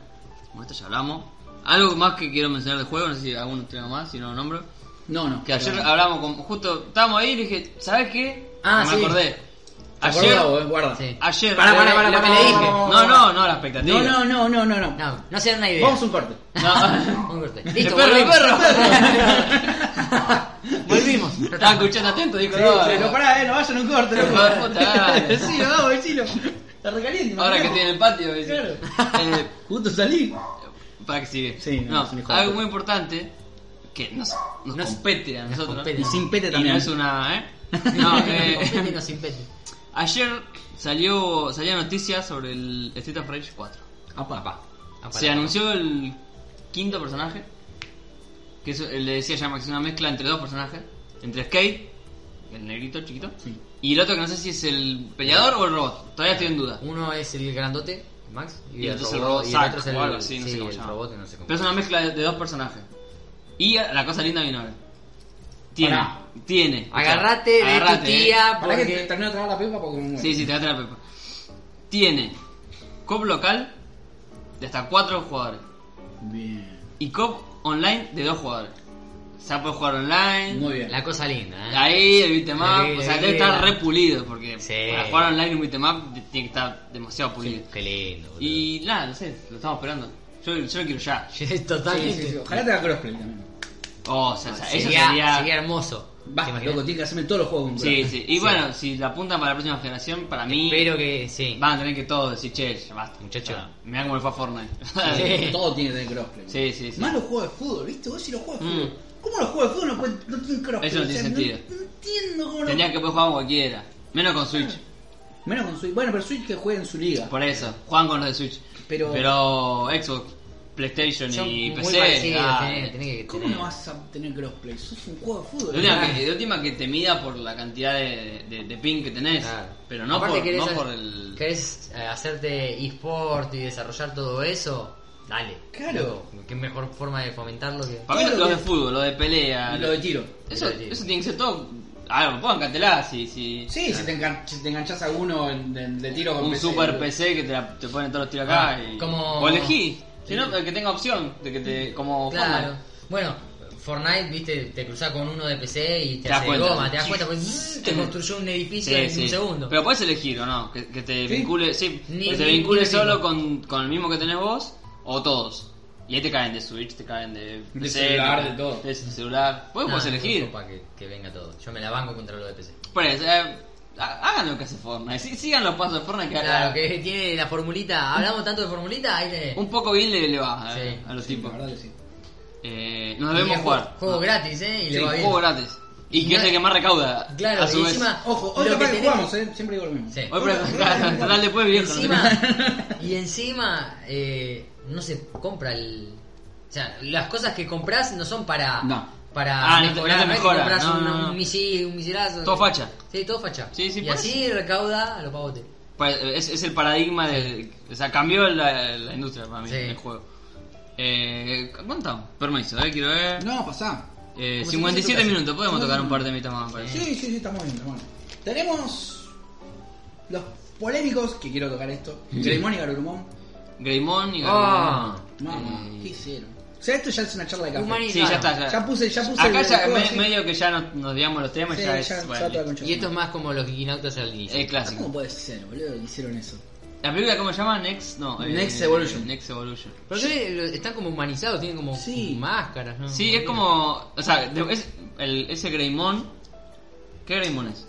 Como esto ya hablamos. Algo más que quiero mencionar del juego, no sé si alguno tiene más, si no lo nombro. No, no. Que ayer pero- hablamos con. Justo estábamos ahí y dije, ¿sabes qué? Ah, No sí. me acordé. ¿Te acordás Ayer. vos, eh? Guarda. Sí. Ayer. eh, Pará, pará, pará, Lo que pará, le dije. pará, pará, No, pará. no, no, la expectativa. No, no, no, no, no. no. No, no se dan una Eh, idea. Vamos a un corte. No. Vamos a corte. El Listo, perro, el volvemos. perro. Volvimos. Estaba escuchando atento, dijo. Sí, no, pero pará, eh, no vayan a un corte. loco. Hijo de Ah, puta, dale. Sí, lo vamos, decilo. Está recaliente. Ahora que imagínate. tiene el patio, dice. Claro. Eh, Justo salí. Para que sigue. Sí, no, no, es un hijo de algo puta. muy importante que nos, nos Nos- compete a nosotros. compete. Y sin Y pete también. no es una, ¿eh? No, eh, Compete, no se impete. ayer salió salía noticia sobre el Street of Rage 4. Apa, apa. Ah, Se anunció el quinto personaje, que es, le decía ya que es una mezcla entre dos personajes, entre Skate, el negrito chiquito, Sí. y el otro que no sé si es el peleador o el robot. Todavía estoy en duda. Uno es el grandote, Max, y, Y el, el otro es el robot, robot y Zack el otro es el, o algo así, no sé sí, cómo el se llama. robot, no sé cómo. Pero es una mezcla de, de dos personajes. Y la cosa linda viene ahora. Tiene, Pará. tiene. Agarrate O de sea, agarrate, tu tía Ah, Pará que porque... termino de tragar la pepa porque me muero. eh. Sí, sí, te voy a traer la pepa. Tiene cop local de hasta 4 jugadores Bien. y cop online de 2 jugadores. O sea, puedes jugar online. Muy bien. La cosa linda, ¿eh? Ahí el bitmap, Sí, o sea, sí, debe estar la- re pulido porque Sí. para jugar online un bitmap tiene que estar demasiado pulido. Qué lindo, boludo. Y nada, no sé, lo estamos esperando. Yo, yo lo quiero ya. Sí, Totalmente. sí, sí. Ojalá tenga crossplay también. Oh, o sea, o sea, eso sería, sería. sería hermoso. ¿Te Basta, imaginas? loco, tiene que hacerme todos los juegos con Sí, crossplay. sí. Y bueno, si la apuntan para la próxima generación, para mí. Espero que sí. Van a tener que todos decir, che, ya basta. Muchacho. O sea, mirá cómo le fue a Fortnite. Sí. Todo tiene que tener crossplay. Ah, Sí, sí, sí. Más los juegos de fútbol, ¿viste? Vos si los juegos de Mm. fútbol. ¿Cómo los juegos de fútbol no, pueden- no tienen crossplay? Eso no tiene sentido. No, no entiendo cómo Tendrían no. que poder jugar con cualquiera. Menos con Switch. Menos con Switch. Bueno, pero Switch que juega en su liga. Por eso. Juegan con los de Switch. Pero- Xbox, PlayStation Son y muy PC. parecidos, ah, tenés- tenés que ¿Cómo tener- no vas a tener crossplay? Sos un juego de La fútbol. última, que, la última que te mida por la cantidad de, de, de ping que tenés. Claro. Pero no, Aparte por, querés no ha- por el. querés, eh, hacerte eSport y desarrollar todo eso? Dale. Claro. Loco, Qué mejor forma de fomentarlo que. Para mí, todo los lo de que- fútbol, los de pelea. Y lo de tiro. Eso, Mira, eso tiene que ser todo. A ver, puedo cantelar si. si Sí, si, te engan- si te enganchas a uno en- de, de tiro con un PC, super boludo. PC que te, la- te ponen todos los tiros acá. Ah, y, como- O elegí. Si Sí. no, el que tenga opción. De que te, como Claro. Fortnite. Bueno, Fortnite, viste, te cruzás con uno de PC y te, Te das hace cuenta. goma, te das cuenta, pues, te construyó un edificio Sí, en sí. un segundo. Pero puedes elegir o no. Que, que te Sí. vincule. Sí, Ni- que te ni- vincule ni lo solo mismo. con, con el mismo que tenés vos o todos. Y ahí te caen de Switch, te caen de. De PC, celular, de todo. De celular. Vos No, podés no, elegir. no, Para que, que venga todo. Yo me la banco contra lo de PC. Por eso, eh, ha- hagan lo que hace Fortnite. Sí, sigan los pasos de Fortnite que Claro, que tiene la formulita. Hablamos tanto de formulita, ahí tenés. Un poco bien le, le va a, Sí, a los Sí, la tipos. verdad que sí. Eh, nos Y debemos es jugar. Juego gratis, ¿eh? Y Sí, le va bien. juego gratis. Y Y que es no- el que más recauda. Claro, a su y vez. encima- Ojo, hoy Lo capaz que que tenés- jugamos, ¿eh? Siempre digo lo mismo. Sí. Hoy, Hoy- pero, claro, total, después viejo. no encima, te- y encima eh, no se compra el. O sea, las cosas que compras no son para. No. Para Ah, no te- mejorar, no te es que mejora, compras no, un, no, no. un misil, un misilazo. Todo facha. Sí, todo facha. Sí, sí, y por así recauda a los pavotes. Pues, eh, Es, es el paradigma de. O sea, cambió la, la industria para mí, Sí. el juego. Eh, ¿Cuánto? Permiso, eh, quiero ver. No, pasá. Eh, Como si 57 fuese tu casa. minutos, podemos No, tocar un no. par de mitas más, me parece. Sí, sí, sí, estamos bien, estamos bien. Tenemos los polémicos, que quiero tocar esto. Greymon y Garurumon. Greymon y Ah. Mamá, Eh, ¿qué hicieron? O sea, esto ya es una charla de café. Humani- Sí, ya está. Ya, Ya puse, ya puse. Acá el- ya, el juego me- así. medio que ya nos, nos digamos los temas, Sí, ya ya, es. ya bueno, toda la listo. concha Y esto de es su más como los guiquinautas al inicio. es madre. Ah, ¿Cómo clásico. puede ser, boludo, que hicieron eso? ¿La película cómo se llama? Next, no, eh, Next Evolution. Next Evolution. Pero ustedes lo- están como humanizados, tienen como Sí. máscaras, Ah, ¿no? Sí, es como. O sea, de- es, el, ese Greymon. ¿Qué Greymon es?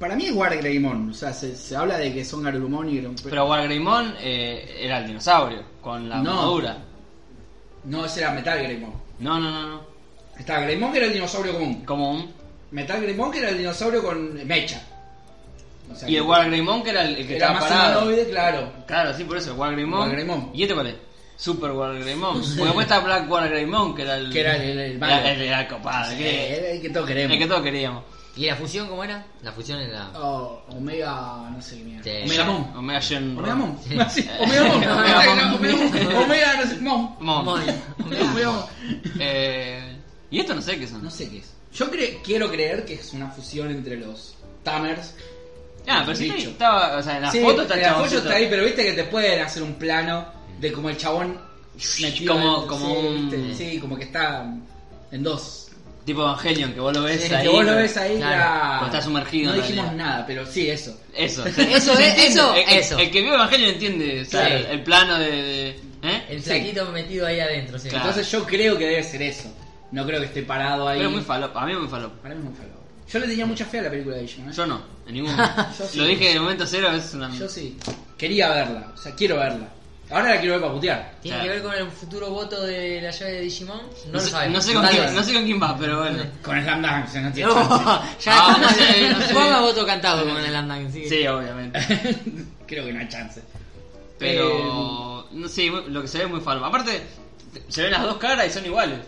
Para mí es War Greymon. O sea, se, se habla de que son Garurumon y Grompe- Pero War Greymon eh, era el dinosaurio, con la Pues No. armadura. No, ese era Metal Greymon. No, no, no, no. Estaba Greymon que era el dinosaurio común. Como un. Metal Greymon que era el dinosaurio con mecha. O sea, Y el que- War Greymon que era el, el que era estaba más parado. humanoide, claro. Claro, sí, por eso, el War Greymon. War Greymon. ¿Y este cuál es? Super War Greymon. Porque después está Black War Greymon, que era el. Que era el- el malo. Era, era el copado, que- Eh, el que todos queremos. el que todos queríamos. ¿Y la fusión cómo era? La fusión era. Oh, Omega, no sé qué mierda. Sí. Eh, Omega Mon. Omega Shen. Omega Mon. Sí, Omega Mon. Omega Mon. Omega Mon. Omega, no sé, Mon. Mon. Mon. Omega Mon. Eh, y esto no sé qué son. No sé qué es. Yo cre- quiero creer que es una fusión entre los Tamers. Ah, pero sí Bicho. estaba. O sea, en la Sí, foto está el la chaboncito. foto está ahí, pero viste que te pueden hacer un plano de como el chabón metido Como- en- como sí, un- viste, sí, como que está en dos. Tipo Evangelion, que vos lo ves Sí, ahí. que vos lo ves ahí, claro, la- cuando está sumergido No en dijimos realidad. nada, pero sí, eso. Eso. Eso ¿Se es- entiende? Eh, eso, El, el- eso. el que vio Evangelion entiende. O sea, Sí. el, el plano de. de- ¿eh? El Sí. flaquito metido ahí adentro, sí. Claro. Entonces yo creo que debe ser eso. No creo que esté parado ahí. Pero muy falop. A mí muy falop. Para mí es un fallo. Yo le tenía mucha fe a la película de Digimon. ¿eh? Yo no, en ninguno. Yo sí. Lo dije en el momento cero, es una. Yo sí. Quería verla, o sea, quiero verla. Ahora la quiero ver para putear. ¿Tiene Claro. que ver con el futuro voto de la llave de Digimon? No, no lo sé, sabemos. no sé con Tal quién, vez. no sé con quién va, pero bueno. Con Slam Dunk, se no tiene chance. No, ya Ah, estamos no sé, no sé. Vamos a voto cantado con el andan. Sí. Sí, obviamente. Creo que no hay chance. Pero. Em. No sé, lo que se ve es muy falso. Aparte, te- se ven las dos caras y son iguales.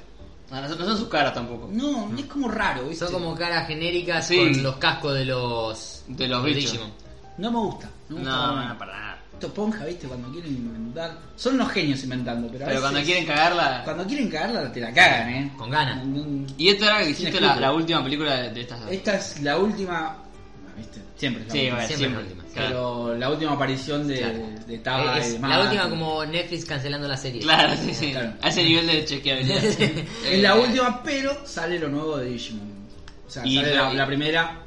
No, no son- no son sus caras tampoco. Em, No, es como raro, ¿viste? Son como caras genéricas Sí. con los cascos de los. De los de bichos. Digimon. No me gusta. No, me No, gusta no, para no, nada. para nada. Esto ponja, ¿viste? Cuando quieren inventar. Son unos genios inventando, pero, a Pero veces- cuando quieren cagarla. Cuando quieren cagarla, te la cagan, ¿eh? Con ganas. Mm, Y esta era que hiciste la, excusa. la última película de, de estas dos. Esta es la última. ¿viste? Siempre es la Sí, última. bueno, siempre. siempre es la última. Claro. Pero la última aparición de, Claro. de Taba Eh, Es y demás. la última como Netflix cancelando la serie. Claro, sí, sí. Claro. A ese nivel de chequeabilidad. Es la Eh, última, pero sale lo nuevo de Digimon. O sea, Y sale la- la, la primera.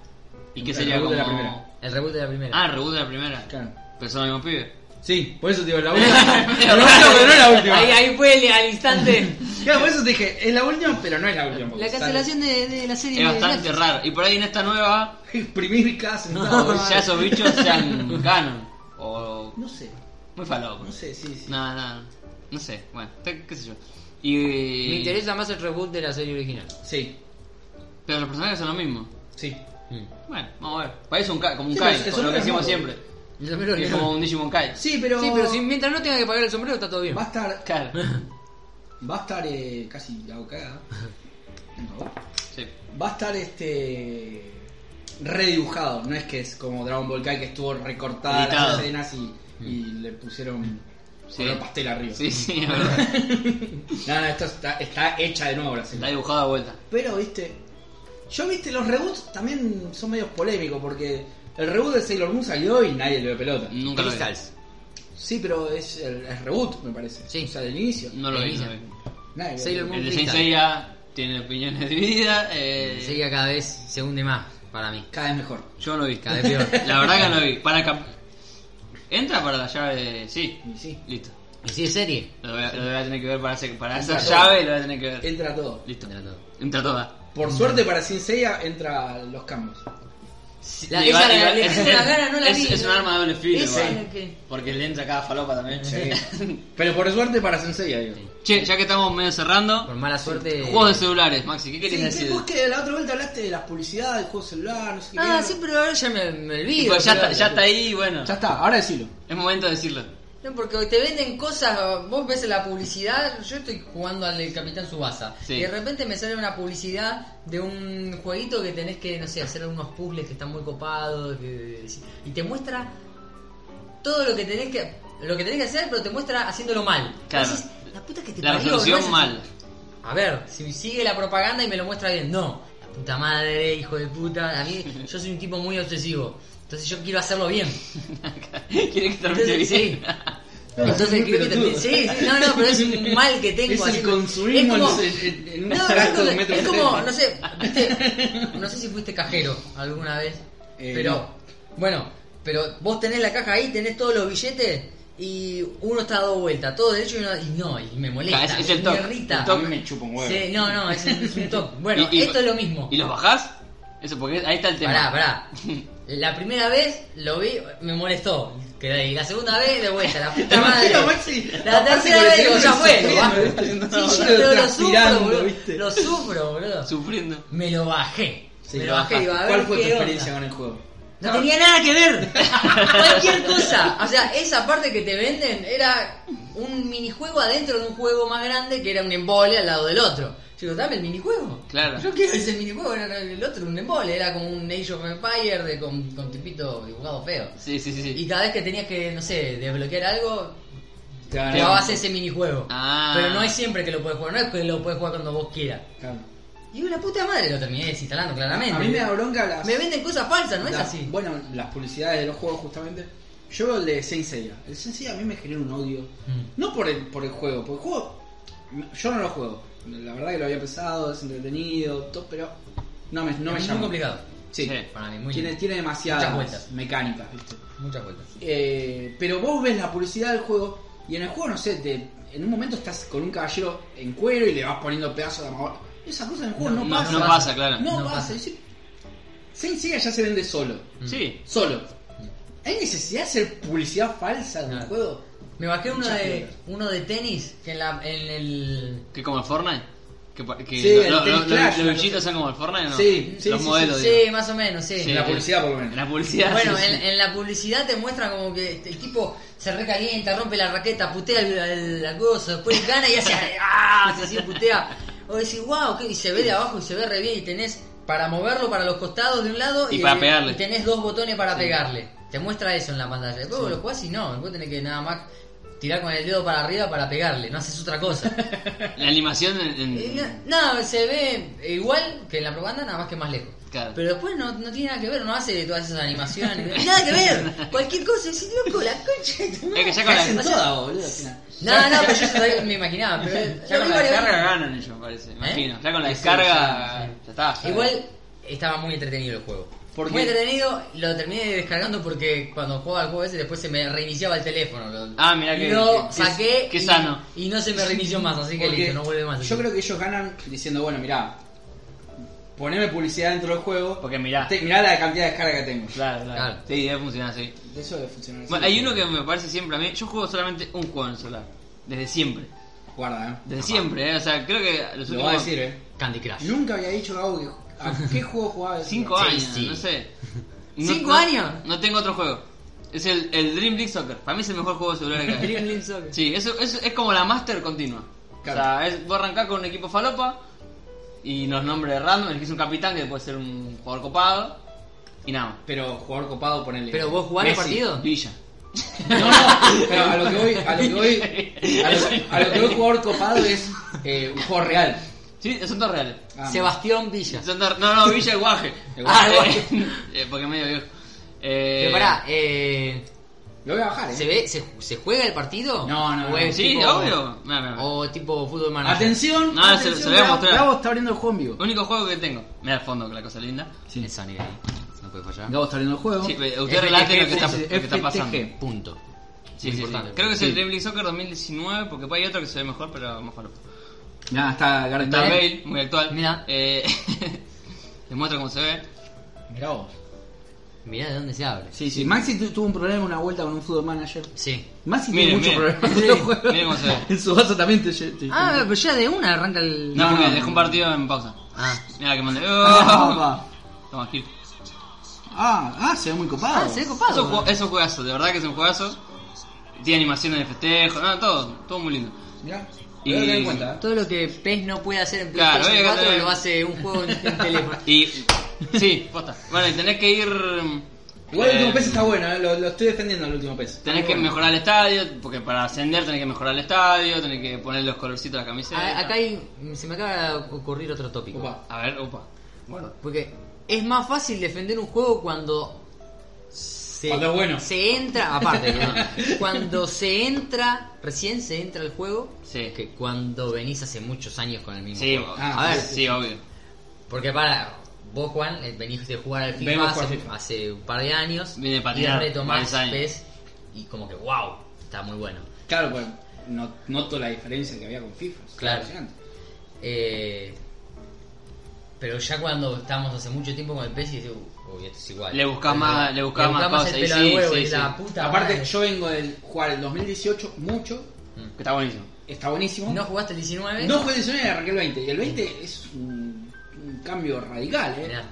¿Y qué el sería reboot como.? de la primera. El reboot de la primera. Ah, reboot de la primera. Claro. Pero son los mismos pibes. Sí, por eso te digo, la última. pero no, pero no es la última. Ahí, ahí fue el- al instante. Claro, por eso te dije, es la última, pero no es la última. porque la cancelación de, de la serie. Es de bastante Netflix. raro. Y por ahí en esta nueva, sale- Exprimir cada centavo. ya esos bichos sean canon. O. No sé, Muy falopa. no sé, sí, sí. No, no, no sé, bueno, te- qué sé yo. Y, Me interesa más el reboot de la serie original. Sí, Pero los personajes son los mismos. sí. Mm. Bueno, vamos a ver. Parece un Kai, como un Sí, Kai, pero es como lo un que hermoso. hicimos siempre. El sombrero Es no. como un Digimon Kai. Sí, pero. Sí, pero si, mientras no tenga que pagar el sombrero está todo bien. Va a estar. Claro. Va a estar eh, casi la boca. No. Sí. va a estar este redibujado, no es que es como Dragon Ball Kai que estuvo recortada Editado. las escenas y, y le pusieron Sí. color pastel arriba. Sí, sí, es verdad. No, no, esto está, está hecha de nuevo la serie. Está dibujado a vuelta. Pero viste, yo viste los reboots también son medios polémicos porque el reboot de Sailor Moon salió y nadie le dio pelota. Nunca lo vi. Crystals. Sí, pero es el es reboot, me parece. Sí. O sea, del inicio. No lo vi. no lo vi. Nadie le dio Sailor pelota. El de Crystal. Saint Seiya tiene opiniones divididas. Eh, Sería cada vez se hunde más para mí. Cada vez mejor. Yo no lo vi. Cada vez peor. La verdad que no lo vi. Para cap- Entra para la llave de... Sí, Y sí, listo. Y si es serie. Lo voy a, lo voy a tener que ver para, hacer, para Entra esa todo. llave, lo voy a tener que ver. entra todo. Listo. Entra todo. Entra toda. Por suerte para Sin Seiya entra los cambios. La- Le esa va- la- le va- le es- puse la cara, no la es- vi, Es no. un arma de doble filo, Esa igual. es la que- Porque le entra cada falopa también. Pero por suerte para Sensei, digo. che, ya que estamos medio Por cerrando, mala suerte. juegos de celulares, Maxi, ¿qué Sí, querés que decir? vos que la otra vuelta hablaste de las publicidades, del juego celular, no sé qué. Ah, qué- sí, pero ahora ya me, me Y olvido. pues ya, pero- está, ya está ahí, bueno, Ya está, ahora decilo. es momento de decirlo. No, porque te venden cosas, vos ves la publicidad, yo estoy jugando al del Capitán Subasa Sí. y de repente me sale una publicidad de un jueguito que tenés que, no sé, hacer unos puzzles que están muy copados que- y te muestra todo lo que tenés que lo que tenés que hacer, pero te muestra haciéndolo mal. Claro. Entonces, la puta que te La parió, resolución no es así. mal. A ver, si sigue la propaganda y me lo muestra bien. No, la puta madre, hijo de puta. A mí, yo soy un tipo muy obsesivo. Entonces yo quiero hacerlo bien. ¿Quieres que termine Entonces, bien? sí. Entonces quiero que también... Sí, sí, no, no, pero es un mal que tengo. Es así el que- consumismo es como- en- en, en un No, es trato como, de un metro es como, setenta. no sé, viste, no sé si fuiste cajero alguna vez, Eh, pero no. bueno, pero vos tenés la caja ahí, tenés todos los billetes y uno está dado vuelta, todo derecho y, uno- y no, y me molesta, Claro, es- es el me toc, irrita. el toc. A mí me chupa un huevo. Sí, no, no, es, es un top. Bueno, Y- y- esto es lo mismo. ¿Y los bajás? Eso, porque ahí está el tema. Pará, pará. La primera vez lo vi, me molestó. Quedé ahí. La segunda vez, de vuelta, la puta madre. Imagino, Maxi, La capaz tercera con el vez, digo, ya celular fue. lo bajo. sufriendo, ¿viste? No, boludo, transpirando, Sí, yo pero lo sufro, boludo. ¿viste? Lo sufro, boludo. Sufriendo. Me lo bajé. Sí, me lo lo bajé. bajaste. Digo, a ver ¿Cuál fue qué tu onda. experiencia con el juego? No tenía nada que ver. Cualquier cosa. O sea, esa parte que te venden era un minijuego adentro de un juego más grande que era un embole al lado del otro. Yo digo, dame el minijuego. Claro. Yo quiero ese minijuego, era el otro un embole, era como un Age of Empire de, con, con tipito dibujado feo. Sí, sí, sí. sí. Y cada vez que tenías que, no sé, desbloquear algo, Claro, jugabas ese minijuego. Ah. Pero no es siempre que lo puedes jugar, no es que lo puedes jugar cuando vos quieras. claro. Y digo, la puta madre, lo terminé desinstalando claramente. A mí me da bronca las... Me venden cosas falsas, ¿no es las- así? Bueno, las publicidades de los juegos justamente. Yo veo el de Saint Seiya. El Saint Seiya a mí me genera un odio. No por el, por el juego, porque el juego. Yo no lo juego. La verdad que lo había pensado, es entretenido, todo, pero. No me, no me es muy llama. complicado. Sí. Sí. Para mí, muy Tiene, tiene Muchas demasiadas vueltas. mecánicas, ¿viste? Muchas vueltas. Eh, pero vos ves la publicidad del juego y en el juego, no sé, te- en un momento estás con un caballero en cuero y le vas poniendo pedazos de amor. Esa cosa en el juego no, No, no, pasa. No pasa, claro. No No pasa. pasa. Y sí, Saint Seiya ya se vende solo. Mm. Mm. Sí. Solo. ¿Hay necesidad de hacer publicidad falsa de un No. juego? Me bajé uno Muchas de, vueltas. uno de tenis que en, la, en el. ¿Que como el Fortnite? Que, pa- que Sí, lo- el lo- Candy lo- Crush, los una bichitos cosa. son como el Fortnite, ¿no? Sí, sí, Los sí, modelos, sí, digo. más o menos, sí. Sí. En la publicidad, por lo menos. La publicidad. Bueno, sí, en, sí. en la publicidad te muestran como que este, el tipo se recalienta, rompe la raqueta, putea el, el, la cosa, después gana y hace ¡ah! Se así putea. O decís, wow, y se ve de abajo y se ve re bien y tenés para moverlo para los costados de un lado Y para pegarle. y tenés dos botones para pegarle. Te muestra eso en la pantalla. Después vos lo jugás y no, después tenés que nada más tirar con el dedo para arriba para pegarle, no haces otra cosa. La animación en. en- Y Eh, no, no, se ve igual que en la propaganda, nada más que más lejos. Claro. Pero después no, no tiene nada que ver, no hace todas esas animaciones. nada que ver, cualquier cosa, es loco, la concha. de tu madre. Es que ya con la. Hacen toda, boludo, al final. No, no, pero yo todavía me imaginaba. Pero Ya lo con vi la varias descarga veces. ganan ellos, parece. Imagino. Ya con la ¿Eh? Sí, sí, descarga. sí, sí. Ya está. ya. Igual estaba muy entretenido el juego. ¿Por muy qué? entretenido, lo terminé descargando porque cuando jugaba al juego ese después se me reiniciaba el teléfono. Lo- Ah, mirá que- Lo que- saqué que y- sano. Y, no se me reinició más, así que Porque listo, no vuelve más. Yo creo que ellos ganan diciendo, bueno, mirá, poneme publicidad dentro del juego. Porque mirá. Te- mirá la cantidad de descarga que tengo. Claro, Claro. Sí, debe funcionar así. De eso debe funcionar. así. Bueno, hay uno que me parece siempre a mí. Yo juego solamente un juego en celular. Desde siempre. Guarda, eh. Desde siempre, ¿eh? O sea, creo que los Lo va a últimos decir, eh. Candy Crush. Nunca había dicho Gabo que a qué juego jugaba. ese? cinco Sí, años, sí. no sé. ¿Cinco no- años? No tengo otro juego. Es el, el Dream League Soccer. Para mí es el mejor juego de celular que hay. Dream League Soccer. Sí, eso, eso es como la Master continua. Claro. O sea, es, vos arrancás con un equipo falopa y los nombres random, elegís un capitán que puede ser un jugador copado y nada más. Pero jugador copado, ponele. ¿Pero vos jugás el Messi. partido? Villa. No, no, pero a lo que voy, a lo que voy, a lo, a lo que voy jugador copado es eh, un juego real. Sí, son todos reales. Ah, Sebastián Villa. Son todos- no, no, Villa es guaje. El Ah, guaje. eh, eh, porque es medio viejo. Eh, Pero pará, eh, Lo voy a bajar, eh. ¿se, ve, se, se juega el partido? No, no, ¿O no. es Sí, tipo- obvio. Mirá, mirá, mirá. O tipo fútbol manager. Atención, No, se- atención, se lo voy a Gabo- mostrar. Gabo está abriendo el juego en vivo. Único juego que tengo. Mira el fondo, que la cosa linda. Sí. Es Sonic ahí. No puede fallar. Gabo está abriendo el juego. Este Sí, pero FTG, usted relate lo que está, sí, lo que está FTG. pasando. Sí, Punto. sí, Muy sí. importante. Creo que es Sí. el Dream League Soccer 2019, porque después hay otro que se ve mejor, pero más falopa. Nada, está Gareth Está Bale. Bale, muy actual. Mirá. Eh, les muestro cómo se ve. Mirá vos. Mirá de dónde se abre. Sí, sí. Maxi tu- tuvo un problema una vuelta con un fútbol manager. Sí. Maxi Miren, tiene muchos miren. problemas con Sí, los juegos. miren cómo se ve. En su vaso también te, te- te- Ah, pero ya de una arranca el... No, No, porque no. dejó un partido en pausa. Ah. Mira que mandé. Ah, Oh. va. Toma, Gil. ah, ah, se ve muy copado. Ah, se ve Es un, copado. ju- es un juegazo, de verdad que es un juegazo. Tiene animaciones de festejo, no, todo, todo muy lindo. Mirá. Y- Voy a tener en cuenta. ¿eh? Todo lo que PES no puede hacer en Claro, PlayStation oye, acá 4 tenés- lo hace un juego en, en teléfono. Y. Sí, posta. Bueno, y tenés que ir. Igual el eh, último pez está bueno, eh, lo, lo estoy defendiendo el último pez. Tenés que mejorar el estadio, porque para ascender tenés que mejorar el estadio, tenés que poner los colorcitos a la camiseta. A- Ah, acá hay, se me acaba de ocurrir otro tópico. Opa. A ver, opa. Porque es más fácil defender un juego cuando se, Cuando es bueno. se entra, aparte, ¿no? cuando se entra, recién se entra al juego, Sí. que cuando venís hace muchos años con el mismo Sí, juego. Ah, a ver, sí, sí, sí, obvio. Porque para, vos Juan, eh, venís de jugar al Vengo FIFA a jugar hace, FIFA. hace un par de años Vine de y patinar retomás varios años. PES y como que wow, está muy bueno. Claro, pues no- noto la diferencia que había con FIFA. es Claro. impresionante. Eh, pero ya cuando estamos hace mucho tiempo con el PES y dices, uy, esto es igual. Le buscás más- le buscás más buscás cosas, el y pelo al sí, huevo, sí, y sí. la puta Aparte, madre. yo vengo del jugar el 2018 mucho, Que está buenísimo. está buenísimo. ¿No jugaste el 19? No fue el 19 y arranqué el 20. Y el 20 es un, un cambio radical, ¿eh? Mirá,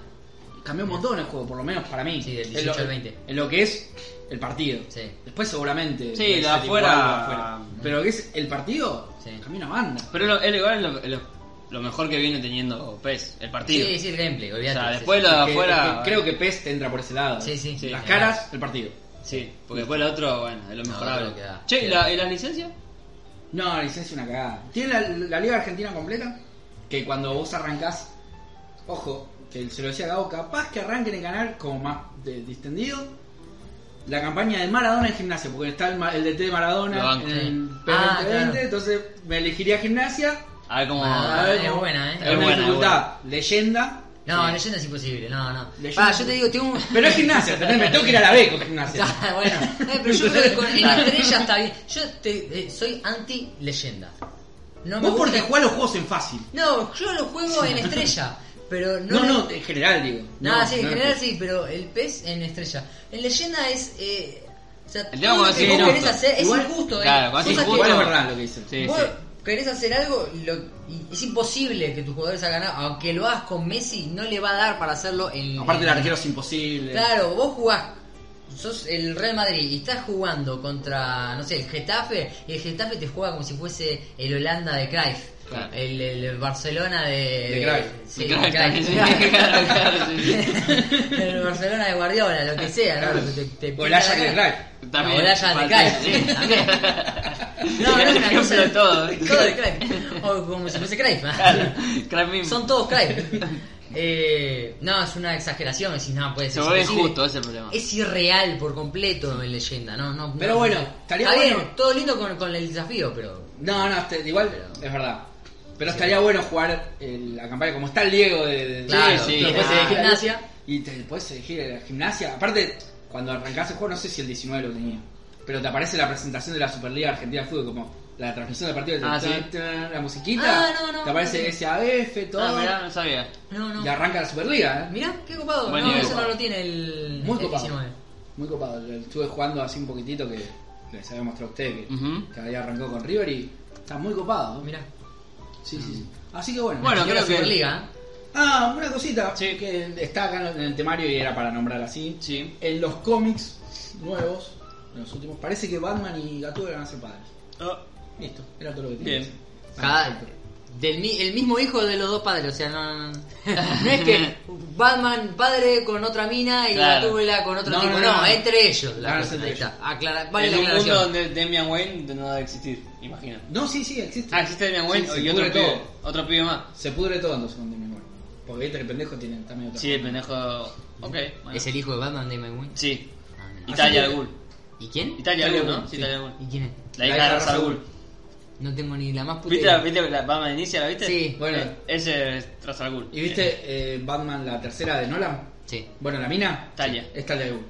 Cambió un montón el juego, por lo menos para mí. Sí, del En 18 lo- al 20. En lo que es el partido. Sí. Después seguramente. Sí, debe ser lo de afuera- igual, lo de Pero lo que es el partido, Sí. cambió una banda. Pero lo- él igual es lo, lo- lo mejor que viene teniendo PES, el partido. Sí, sí, el gameplay, o olvídate. sea, sí, después sí. lo de Que- afuera. eh. que creo que PES te entra por ese lado. Sí, sí. Sí, Las claro. caras, el partido. Sí, porque después lo otro, bueno, es lo mejorable. otro queda- che, ¿y, queda. la- y las licencias? No, la licencia es una cagada. Tiene la, la Liga Argentina completa, que cuando vos arrancás, ojo, que se lo decía Gabo, capaz que arranquen el canal como más de- distendido. La campaña de Maradona en gimnasia, porque está el, ma- el DT de Lo Maradona banco. en el Ah, 2020, claro. entonces me elegiría gimnasia. A ver cómo. Ah, A ver es cómo- buena, ¿eh? Es Es una buena, es dificultad. Leyenda. No, leyenda es imposible, no, no. Leyenda Va, es yo te imposible. digo, tengo un... Pero es gimnasia, ¿entendés? Me tengo que ir a la B con gimnasia. Ah, bueno, Eh, pero yo creo que con en estrella está bien. Yo te, eh, soy anti-leyenda. No me Vos porque gusta- jugás los juegos en fácil. No, yo lo juego en estrella, pero no... No, no, en general digo. Nada, sí, en no, general no. sí, pero el pez en estrella. En leyenda es... Eh, o sea, El tema todo lo cuando que es vos querés injusto. hacer es Igual- injusto, ¿eh? Claro, cuando es Cosas que- Igual es injusto- verdad lo que dicen. Sí, Vos sí. querés hacer algo, lo- y es imposible que tus jugadores hagan algo. Aunque lo hagas con Messi, no le va a dar para hacerlo en. Aparte el en- arquero es imposible. Claro, vos jugás. Sos el Real Madrid y estás jugando contra, no sé, el Getafe. Y el Getafe te juega como si fuese el Holanda de Cruyff. Claro. El, el Barcelona de. De Cruyff. sí, De Cruyff, Cruyff, sí, claro. claro, claro, sí. el Barcelona de Guardiola, lo que sea, ¿no? Te- te O el pinta Ajax la de cara. Crack. Ahora ya te falta- caes. sí, también. No, no, Era es el una ejemplo cosa de todo. Todo de Craig. O como si fuese Craig. Crack mismo. Son todos Craig. Eh, no, es una exageración. Decís, no, puede Se ser. vuelve imposible. injusto, ese es el problema. Es irreal por completo en leyenda, no, no. Pero no, bueno, no. estaría Está bueno. bien, todo lindo con, con el desafío, pero. No, no, este- igual es verdad. Pero estaría bueno jugar el- la campaña como está el Diego de, de- Claro, sí, sí, después ah. después se de elegir gimnasia. Y te puedes elegir la gimnasia. Aparte, cuando arrancás el juego, no sé si el 19 lo tenía. Pero te aparece la presentación de la Superliga Argentina de Fútbol, como la transmisión del partido, Ah, tan, sí. tan, la musiquita. Ah, no, no, te aparece no, no. SAF, todo. Ah, mirá, no sabía. No, no. Y arranca la Superliga, ¿eh? Mirá, qué copado. Buen no, nivel. eso no lo tiene el, Muy el copado. 19. Muy copado. Lo Estuve jugando así un poquitito que les había mostrado a ustedes que, Ujú. que había arrancado con River y está muy copado. Mirá. Sí, sí, sí. Así que bueno. Bueno, Llegó la creo que- Superliga. ¿eh? Ah, una cosita Sí. que está acá en el temario y era para nombrar así. Sí. En los cómics nuevos, en los últimos, parece que Batman y Gatúbela van a ser padres. Oh, Listo, era todo lo que tenía. Bien. que decir. Ah, Cada- perfecto. del, mi- el mismo hijo de los dos padres, o sea, no, no, no. No es que Batman padre con otra mina y la Claro. Gatúbela con otro No, tipo, no, no, no. entre ellos. No, La no cosa, es entre ahí ellos. está. Aclara- vale en la un mundo aclaración. donde Damian Wayne no debe existir, imagino. No, sí, sí, existe. Ah, existe Damian Wayne Sí, se y otro pudre pibe, todo. otro pibe más. Se pudre todo entonces con Demi Moore. Porque viste que el pendejo tiene también otra. Sí, el pendejo. Ok, bueno. Es el hijo de Batman, Damon Wayne. Sí, Ah, mira. Italia que- al Ghul. ¿Y quién? Italia al Italia Ghul, Ghul, ¿no? sí. Sí, Italia al Ghul. ¿Y quién es? La hija de Ra's al Ghul. No tengo ni la más puta ¿Viste, idea. la- viste la Batman inicia, la viste? Sí. Bueno. Eh, Ese es Ra's al Ghul. ¿Y viste eh, Batman, la tercera de Nolan? Sí. Bueno, la mina. Talia. Es Talia de Ghul.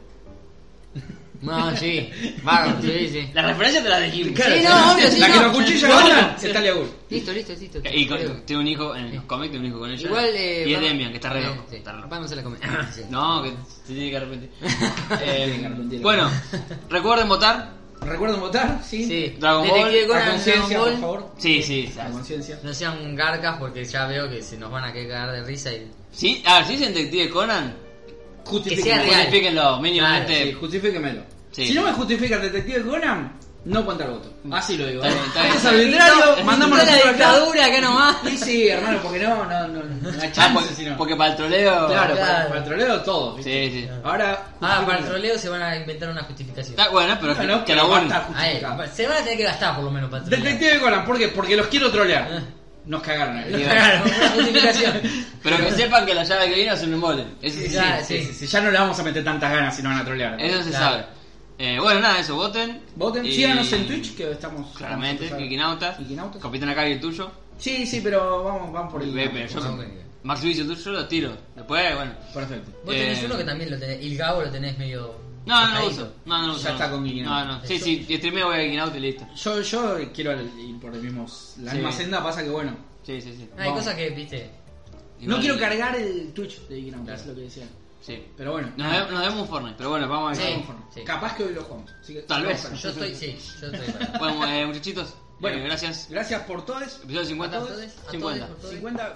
No, sí. Bárbaro, sí, sí. Las referencias te las dijimos. Claro. Sí, no, obvio, sí, La que no. lo cuchilla No, a no. Batman es Talia Ghul. Listo, listo, listo. Y Creo. con, tiene un hijo en los cómics, tiene un hijo con ella. Igual. Eh, y es vamos- Demian, que está re Eh, loco. sí. está re loco. Ah, Vamos a la comedia. Sí. No, que se tiene que arrepentir. tiene que eh, arrepentir. bueno, recuerden votar. ¿Recuerdan votar? Sí. Sí. Dragon Detective Ball, a A Conan, Dragon conciencia, Ball. por favor. Sí, sí. A conciencia. No sean garcas porque ya veo que se nos van a cagar de risa y... Sí, a ver, si dicen Detective Conan, Justifíquenmelo. real. justifíquenlo Sí, mínimamente. justifíquemelo. Sí. Si no me justifica el detective Conan, no cuenta el voto. Así lo digo. Está bien, está bien. Es arbitrario, No, mandamos está la nosotros acá. dictadura acá nomás. Y sí, hermano, porque no, no, no, no hay Ah, chance porque, sino. porque para el troleo. claro, Para, Claro. para el troleo todo. ¿viste? Sí, sí. Ahora. Ah, para el justifíquenlo. troleo se van a inventar una justificación. Está bueno, pero Bueno, que, que pero lo va a bueno. estar Ahí, justificado. se van a tener que gastar por lo menos para trolear. Detective Conan, ¿por qué? Porque los quiero trolear. Nos cagaron ahí. Bien. Claro, una justificación. Pero que sepan que la llave que viene es un embole. Eso sí. Claro. Sí, sí, sí, Ya no le vamos a meter tantas ganas si no van a trolear. Eso se Claro. sabe. Eh, bueno, nada, eso, voten. Voten, Y- síganos en Twitch que estamos. Claramente, vamos a empezar. Kikinautas. Kikinautas. Capitán Akari el tuyo. Sí, sí, pero vamos, vamos por el. Ve, pero yo- Ok. Max Vicio el tuyo lo tiro. Después, bueno. Perfecto. Vos tenés Eh, uno que también lo tenés, y el Gabo lo tenés medio... No, no, no lo sacadito. uso. No, no lo Ya uso. está con No, Kikinautas. no. Sí, sí, streameo voy a Kikinautas y listo. Yo, yo quiero el- ir por el mismo, la Sí. misma senda, pasa que bueno. Sí, sí, sí. Hay Vamos. cosas que, viste... no Igual- quiero cargar el Twitch de Divinauta, es lo que decía. Sí. Pero bueno, Nos, ve- nos vemos un Fortnite, pero bueno, vamos a ver. Sí. conforme. sí. capaz que hoy lo jugamos. así que- Tal vez. Yo estoy, sí, yo estoy... para- Bueno, eh, muchachitos, Bueno. eh, gracias. Gracias por todo. eso. Episodio 50. A todos, a todos, 50. por todos. 50.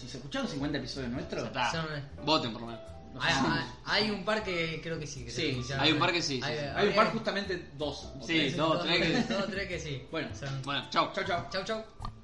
Si se escucharon 50 episodios nuestros. Ya está. Son- Voten por lo menos. no sé Hay, si- hay- hay un par que creo que sí. que Sí, se escucharon. hay un par que sí, sí, sí. Hay un par justamente dos. o Sí. tres. dos, tres que- Dos, tres que sí. Bueno. Son- Bueno, chao. Chau, chau. Chau, chau.